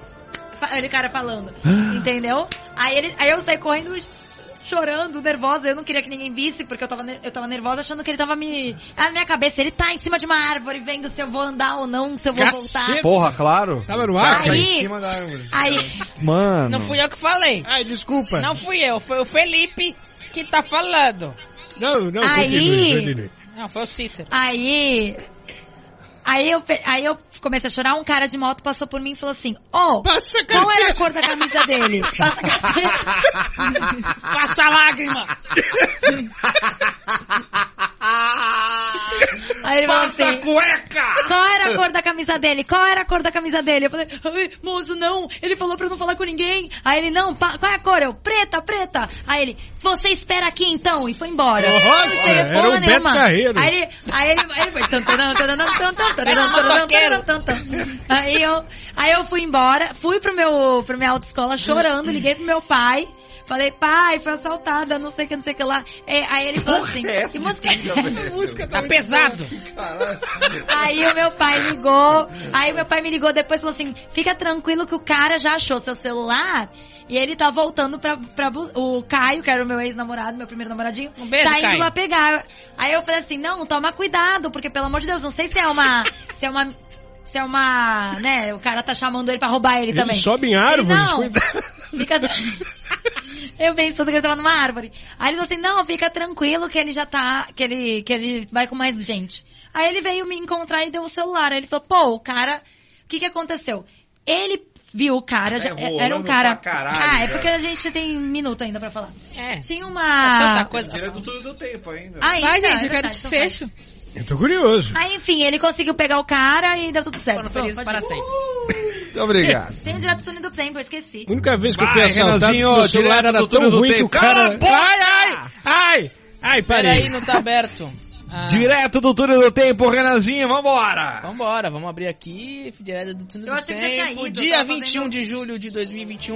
Speaker 5: fa- ele cara falando. entendeu? Aí, ele, aí eu saí correndo chorando, nervosa, eu não queria que ninguém visse, porque eu tava, ner- eu tava nervosa achando que ele tava me... Ah, na minha cabeça, ele tá em cima de uma árvore, vendo se eu vou andar ou não, se eu vou voltar.
Speaker 6: Caceta.
Speaker 9: Porra, claro.
Speaker 6: Tava no ar,
Speaker 5: Aí-
Speaker 6: cara, em cima da árvore.
Speaker 5: Aí,
Speaker 9: Mano.
Speaker 4: Não fui eu que falei.
Speaker 6: Ai, desculpa.
Speaker 4: Não fui eu, foi o Felipe que tá falando.
Speaker 6: não, não
Speaker 5: Aí-
Speaker 6: continue, continue.
Speaker 4: Não, foi o Cícero.
Speaker 5: aí... Aí eu, fe- aí eu comecei a chorar, um cara de moto passou por mim e falou assim, ô,
Speaker 6: Passa,
Speaker 5: qual
Speaker 6: cara.
Speaker 5: era a cor da camisa dele? Passa a carteira.
Speaker 4: Passa a lágrima!
Speaker 5: Aí ele falou assim, Qual era a cor da camisa dele? Qual era a cor da camisa dele? Eu falei, "Ai, moço, não. Ele falou pra eu não falar com ninguém. Aí ele, não, pa- qual é a cor? Eu, preta, preta. Aí ele, você espera aqui então. E foi embora. Não
Speaker 6: Nossa,
Speaker 5: teve
Speaker 6: era
Speaker 5: porra
Speaker 6: o Beto
Speaker 5: nenhuma.
Speaker 6: Carreiro.
Speaker 5: Aí ele, aí ele, aí ele foi... tan, tan, tan, tan, tan, tan, tan, tan,
Speaker 4: Era um
Speaker 5: tan,
Speaker 4: motoqueiro.
Speaker 5: tan, tan, tan. Aí eu, aí eu fui embora, fui pro meu, pro minha autoescola chorando, liguei pro meu pai. Falei, pai, foi assaltada, não sei o que, não sei o que lá. É, Aí ele falou assim, que música é essa?
Speaker 8: música
Speaker 4: Tá pesado!
Speaker 5: Aí o meu pai ligou, aí meu pai me ligou depois e falou assim: fica tranquilo que o cara já achou seu celular e ele tá voltando pra. pra bu- o Caio, que era o meu ex-namorado, meu primeiro namoradinho,
Speaker 4: Um beijo,
Speaker 5: tá indo
Speaker 4: Caio.
Speaker 5: lá pegar. Aí eu falei assim: não, toma cuidado, porque pelo amor de Deus, não sei se é uma. se é uma. se é uma. né, o cara tá chamando ele pra roubar ele,
Speaker 6: Ele
Speaker 5: também.
Speaker 6: sobe em
Speaker 5: Ele,
Speaker 6: árvores,
Speaker 5: não,
Speaker 6: cuidado.
Speaker 5: Fica... Eu pensando que ele tava numa árvore. Aí ele falou assim, não, fica tranquilo que ele já tá, que ele, que ele vai com mais gente. Aí ele veio me encontrar e deu o celular. Aí ele falou, pô, o cara, o que que aconteceu? Ele viu o cara, já,
Speaker 9: É,
Speaker 5: era um
Speaker 9: rolando
Speaker 5: cara...
Speaker 9: pra caralho, né?
Speaker 5: ah, é
Speaker 9: já.
Speaker 5: porque a gente tem minuto ainda pra falar.
Speaker 4: É.
Speaker 5: Tinha
Speaker 4: Tanta
Speaker 5: uma...
Speaker 4: coisa.
Speaker 9: tudo do tempo ainda.
Speaker 5: Ah,
Speaker 7: Vai,
Speaker 5: então,
Speaker 7: gente,
Speaker 5: é
Speaker 7: eu quero
Speaker 5: verdade, então vai.
Speaker 7: desfecho.
Speaker 6: Eu tô curioso.
Speaker 5: Aí, enfim, ele conseguiu pegar o cara e deu tudo certo.
Speaker 4: Foram felizes
Speaker 5: Pronto,
Speaker 4: para
Speaker 5: pode ir.
Speaker 4: sempre.
Speaker 3: Muito obrigado.
Speaker 5: Tem um direto do tempo, eu esqueci.
Speaker 6: A única vez que eu fui
Speaker 9: Vai,
Speaker 6: assaltado,
Speaker 9: Renanzinho,
Speaker 6: meu celular
Speaker 9: direto
Speaker 6: era
Speaker 9: do
Speaker 6: tão
Speaker 9: túnel do
Speaker 6: ruim que
Speaker 9: tempo.
Speaker 6: o cara...
Speaker 9: Cala a boca!
Speaker 6: Ai, ai, ai! Ai,
Speaker 4: Peraí,
Speaker 6: parei.
Speaker 4: não tá aberto. Ah,
Speaker 9: Direto do túnel do tempo, Renanzinho, vambora!
Speaker 4: Vambora, vamos abrir aqui, direto do Túnel
Speaker 5: Eu
Speaker 4: do
Speaker 5: achei que já tinha
Speaker 4: Tempo,
Speaker 5: ido, eu
Speaker 4: dia
Speaker 5: tava
Speaker 4: 21
Speaker 5: fazendo- um
Speaker 4: de julho de 2021,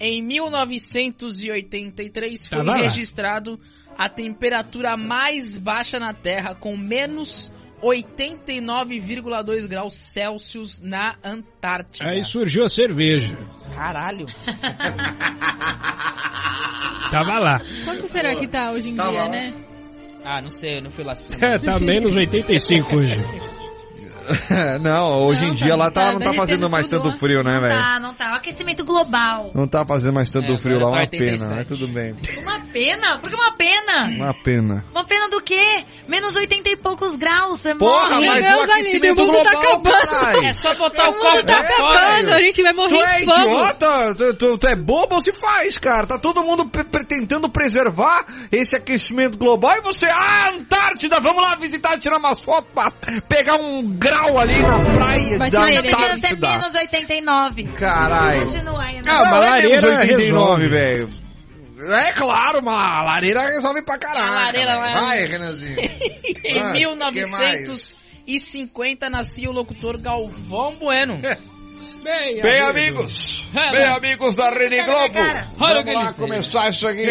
Speaker 4: em 1983,
Speaker 3: Tá
Speaker 4: foi
Speaker 6: Tava lá.
Speaker 4: registrado a temperatura mais baixa na Terra, com menos 89,2 graus Celsius na Antártida.
Speaker 3: É
Speaker 6: Aí surgiu a cerveja.
Speaker 4: Caralho.
Speaker 6: Tava lá.
Speaker 7: Quanto será que tá hoje em
Speaker 8: Tá
Speaker 7: dia,
Speaker 8: lá.
Speaker 7: né?
Speaker 4: Ah, não sei, eu não fui lá. essa semana.
Speaker 6: É, tá menos 85 hoje.
Speaker 3: não, hoje em
Speaker 7: Não,
Speaker 3: dia
Speaker 7: tá-
Speaker 3: lá tá,
Speaker 7: tá
Speaker 3: não tá fazendo
Speaker 7: derretendo
Speaker 3: mais
Speaker 7: tudo
Speaker 3: tanto
Speaker 7: lá.
Speaker 3: frio, né, velho?
Speaker 5: Tá, não tá. O aquecimento global.
Speaker 3: Não tá fazendo mais tanto
Speaker 4: É,
Speaker 3: frio lá,
Speaker 4: agora
Speaker 3: uma
Speaker 4: tá
Speaker 3: pena,
Speaker 4: 87.
Speaker 3: mas tudo bem.
Speaker 5: Uma pena? Por que uma pena?
Speaker 3: Uma pena.
Speaker 5: Uma pena do quê? Menos 80 e poucos graus, é você
Speaker 3: Porra,
Speaker 5: morre.
Speaker 3: mas
Speaker 7: Deus,
Speaker 3: o
Speaker 7: Aline,
Speaker 3: aquecimento
Speaker 7: o mundo tá
Speaker 3: global,
Speaker 7: acabando.
Speaker 3: caralho.
Speaker 4: É só botar o
Speaker 7: O mundo
Speaker 4: copo
Speaker 7: tá
Speaker 4: pra fora.
Speaker 7: acabando, a gente vai
Speaker 3: Né, Tu
Speaker 7: morrer
Speaker 3: é
Speaker 7: de fome.
Speaker 3: idiota? Tu, tu- tu é bobo ou se faz, cara? Tá todo mundo pre- pre- tentando preservar esse aquecimento global e você, ah, Antártida, vamos lá visitar, tirar umas fotos, pra pegar um grau ali na praia
Speaker 7: Mas
Speaker 3: da
Speaker 7: aí,
Speaker 5: Eu preciso ser
Speaker 3: Antártida.
Speaker 5: é menos 89.
Speaker 3: Caralho.
Speaker 5: Continua aí, né?
Speaker 6: Ah, mas lareira
Speaker 3: é menos
Speaker 6: resolve.
Speaker 3: velho. É claro, mas a lareira resolve pra caralho.
Speaker 4: A lareira
Speaker 3: velho.
Speaker 4: lá-
Speaker 3: Vai, Renanzinho.
Speaker 4: Em
Speaker 3: Ah, que mais?
Speaker 4: 1950 nascia o locutor Galvão Bueno.
Speaker 6: Bem,
Speaker 3: Bem, amigos.
Speaker 4: Tá
Speaker 3: Bem, amigos da Rede Globo. Vamos lá começar isso aqui.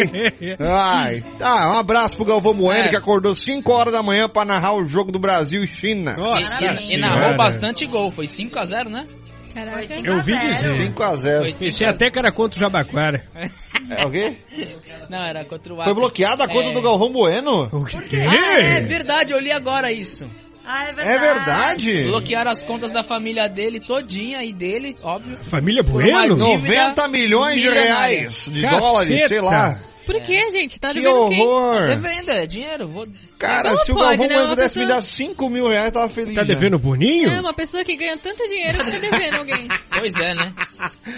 Speaker 3: Ai, tá, um abraço pro Galvão Bueno
Speaker 4: É.
Speaker 3: que acordou 5 horas da manhã pra narrar o jogo do Brasil e China.
Speaker 6: Nossa,
Speaker 4: E, e, e narrou
Speaker 6: senhora.
Speaker 4: bastante gol, foi 5x0, né?
Speaker 5: Foi
Speaker 7: Caraca.
Speaker 5: cinco
Speaker 6: Eu
Speaker 5: a
Speaker 6: vi
Speaker 5: Tá zero.
Speaker 6: dizer.
Speaker 3: 5 a 0
Speaker 4: Foi
Speaker 6: Pensei
Speaker 4: 5
Speaker 6: até que era contra o Jabaquara.
Speaker 3: É o quê?
Speaker 4: Não, era contra o
Speaker 3: Foi
Speaker 4: Acre.
Speaker 3: bloqueada a conta
Speaker 4: É.
Speaker 3: do Galvão Bueno?
Speaker 6: O quê?
Speaker 4: Ah, é verdade, eu li agora isso.
Speaker 5: Ah, é verdade.
Speaker 3: É verdade?
Speaker 4: Bloquearam as contas da família dele todinha e dele, óbvio.
Speaker 6: Família
Speaker 4: uma
Speaker 6: Bueno?
Speaker 4: dívida
Speaker 3: 90 milhões de
Speaker 4: milionária.
Speaker 3: reais, de
Speaker 6: Caceta.
Speaker 3: dólares, sei lá.
Speaker 7: Por que, gente? Tá
Speaker 3: É. Que
Speaker 7: devendo quem?
Speaker 4: Tá
Speaker 3: horror!
Speaker 4: devendo, é dinheiro. Vou...
Speaker 3: Cara,
Speaker 7: Não
Speaker 3: se o
Speaker 7: pode,
Speaker 3: Galvão
Speaker 7: né?
Speaker 3: Bueno
Speaker 7: Uma
Speaker 3: pudesse me
Speaker 7: pessoa-
Speaker 3: dar 5 mil reais, eu tava feliz. né?
Speaker 6: Tá
Speaker 3: já.
Speaker 6: devendo o Boninho?
Speaker 7: É, uma pessoa que ganha tanto dinheiro fica devendo alguém.
Speaker 4: Pois é, né?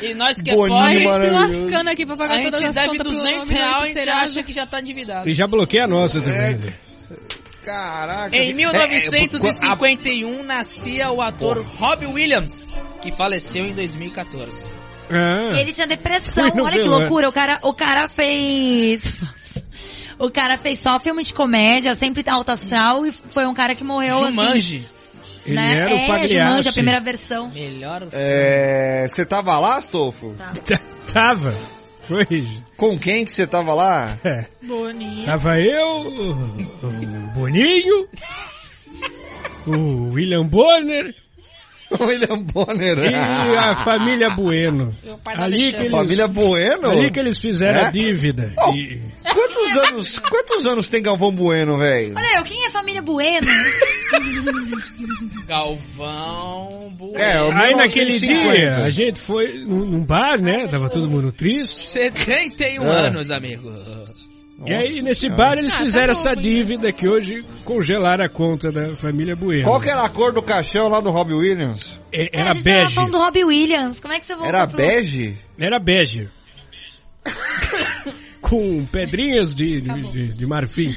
Speaker 4: E nós que é
Speaker 3: Boninho,
Speaker 7: Olha,
Speaker 4: pobre,
Speaker 7: eles se
Speaker 3: maravilhoso.
Speaker 7: lascando aqui pra
Speaker 4: a
Speaker 7: pagar todas
Speaker 4: gente
Speaker 7: as
Speaker 4: deve
Speaker 7: contas pelo
Speaker 4: 200
Speaker 7: nome
Speaker 4: reais, a
Speaker 7: do
Speaker 4: gente
Speaker 7: Serasa.
Speaker 4: acha que já tá endividado.
Speaker 6: E já bloqueia a nossa
Speaker 3: É.
Speaker 6: também. né?
Speaker 3: Caraca.
Speaker 4: Em
Speaker 3: É, é, a-
Speaker 4: 1951 nascia o ator
Speaker 3: Porra.
Speaker 4: Robbie Williams, que faleceu em 2014.
Speaker 6: Ah,
Speaker 5: Ele tinha depressão,
Speaker 6: Fui no
Speaker 5: olha que
Speaker 6: velório.
Speaker 5: loucura. O cara, o cara fez. O cara fez só filme de comédia, sempre alto astral, e foi um cara que
Speaker 7: É,
Speaker 5: morreu
Speaker 4: Jumanji.
Speaker 5: assim.
Speaker 6: ele
Speaker 5: né?
Speaker 6: era o
Speaker 5: é,
Speaker 6: Pagliacci.
Speaker 5: Jumanji, a primeira versão.
Speaker 4: Melhor.
Speaker 3: É, Você tava lá, Astolfo?
Speaker 6: Tava. Foi.
Speaker 3: Com quem que você tava lá?
Speaker 6: É.
Speaker 7: Boninho.
Speaker 3: Tá.
Speaker 6: Tava eu, o Boninho, o William Bonner
Speaker 3: O William Bonner. Ah,
Speaker 6: e a família Bueno.
Speaker 7: tá
Speaker 6: Ali que eles,
Speaker 3: Família Bueno?
Speaker 6: ali que eles fizeram
Speaker 3: É?
Speaker 6: a dívida.
Speaker 3: Oh.
Speaker 6: E-
Speaker 3: Quantos anos, quantos anos tem Galvão Bueno, velho?
Speaker 5: Olha eu, quem é família Bueno?
Speaker 4: Galvão Bueno.
Speaker 3: É, o-
Speaker 6: aí naquele
Speaker 3: 1950.
Speaker 6: dia a gente foi num num bar, né? Tava todo mundo triste.
Speaker 3: É.
Speaker 4: 71 anos, amigo.
Speaker 6: e aí nesse
Speaker 3: Nossa
Speaker 6: bar eles
Speaker 7: Ah, tá
Speaker 6: fizeram
Speaker 7: novo,
Speaker 6: essa
Speaker 7: né?
Speaker 6: dívida que hoje congelaram a conta da família Bueno.
Speaker 3: Qual que era a cor do caixão lá do Robbie Williams?
Speaker 6: É,
Speaker 5: a
Speaker 6: Era
Speaker 5: gente tava
Speaker 6: bege.
Speaker 5: falando do Robbie Williams. Como é que você voltou
Speaker 3: Era
Speaker 5: pro...
Speaker 3: bege?
Speaker 6: Era bege. Com pedrinhas de, de, de- de marfim.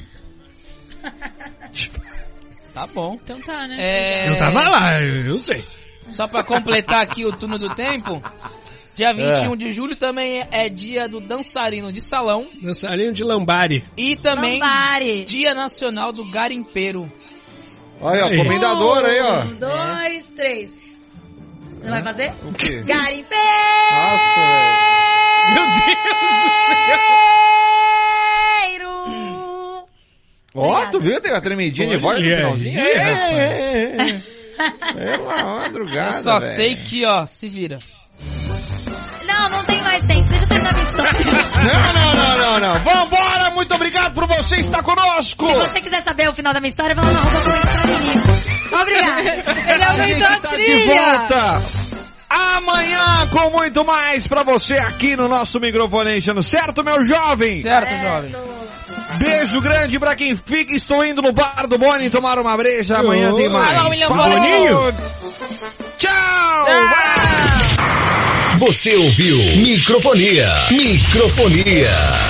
Speaker 4: Tá bom.
Speaker 7: Então tá, né?
Speaker 4: É,
Speaker 6: Eu tava lá, eu eu sei.
Speaker 4: Só pra completar aqui o turno do tempo, dia 21 de julho também é dia do dançarino de salão
Speaker 6: Dançarino de Lambari.
Speaker 4: e também
Speaker 5: Lambari.
Speaker 4: dia nacional do garimpeiro.
Speaker 3: Olha, ó,
Speaker 6: Aí.
Speaker 3: comendador aí, ó.
Speaker 5: Um, dois, três. Não vai fazer?
Speaker 3: O quê?
Speaker 5: Garimpeiro!
Speaker 3: Nossa, velho.
Speaker 6: Meu Deus
Speaker 3: Ó, tu viu? Tem uma tremidinha de voz
Speaker 6: do
Speaker 3: no
Speaker 6: céu!
Speaker 3: finalzinho.
Speaker 6: É, é, é, é.
Speaker 3: É uma madrugada,
Speaker 4: Eu só
Speaker 3: velho.
Speaker 4: sei que, ó, se vira.
Speaker 5: Não, não tem mais tempo. Deixa eu terminar minha história.
Speaker 3: Não, não, não, não, não. Vambora! Muito obrigado por você estar conosco!
Speaker 5: Se você quiser saber o final da minha história, vai lá no arroba comentário Obrigada.
Speaker 7: Ele aumentou a
Speaker 3: tá de
Speaker 7: trilha!
Speaker 3: volta. Amanhã com muito mais pra você aqui no nosso microfone enchendo, certo, meu jovem?
Speaker 4: Certo, jovem?
Speaker 3: Beijo grande pra quem fica. Estou indo no bar do Boni tomar uma breja. Amanhã
Speaker 6: Oh.
Speaker 3: tem mais.
Speaker 4: Vai lá, William
Speaker 3: Falou.
Speaker 6: Boninho.
Speaker 3: Tchau!
Speaker 4: Tchau.
Speaker 10: Você ouviu Microfonia. Microfonia.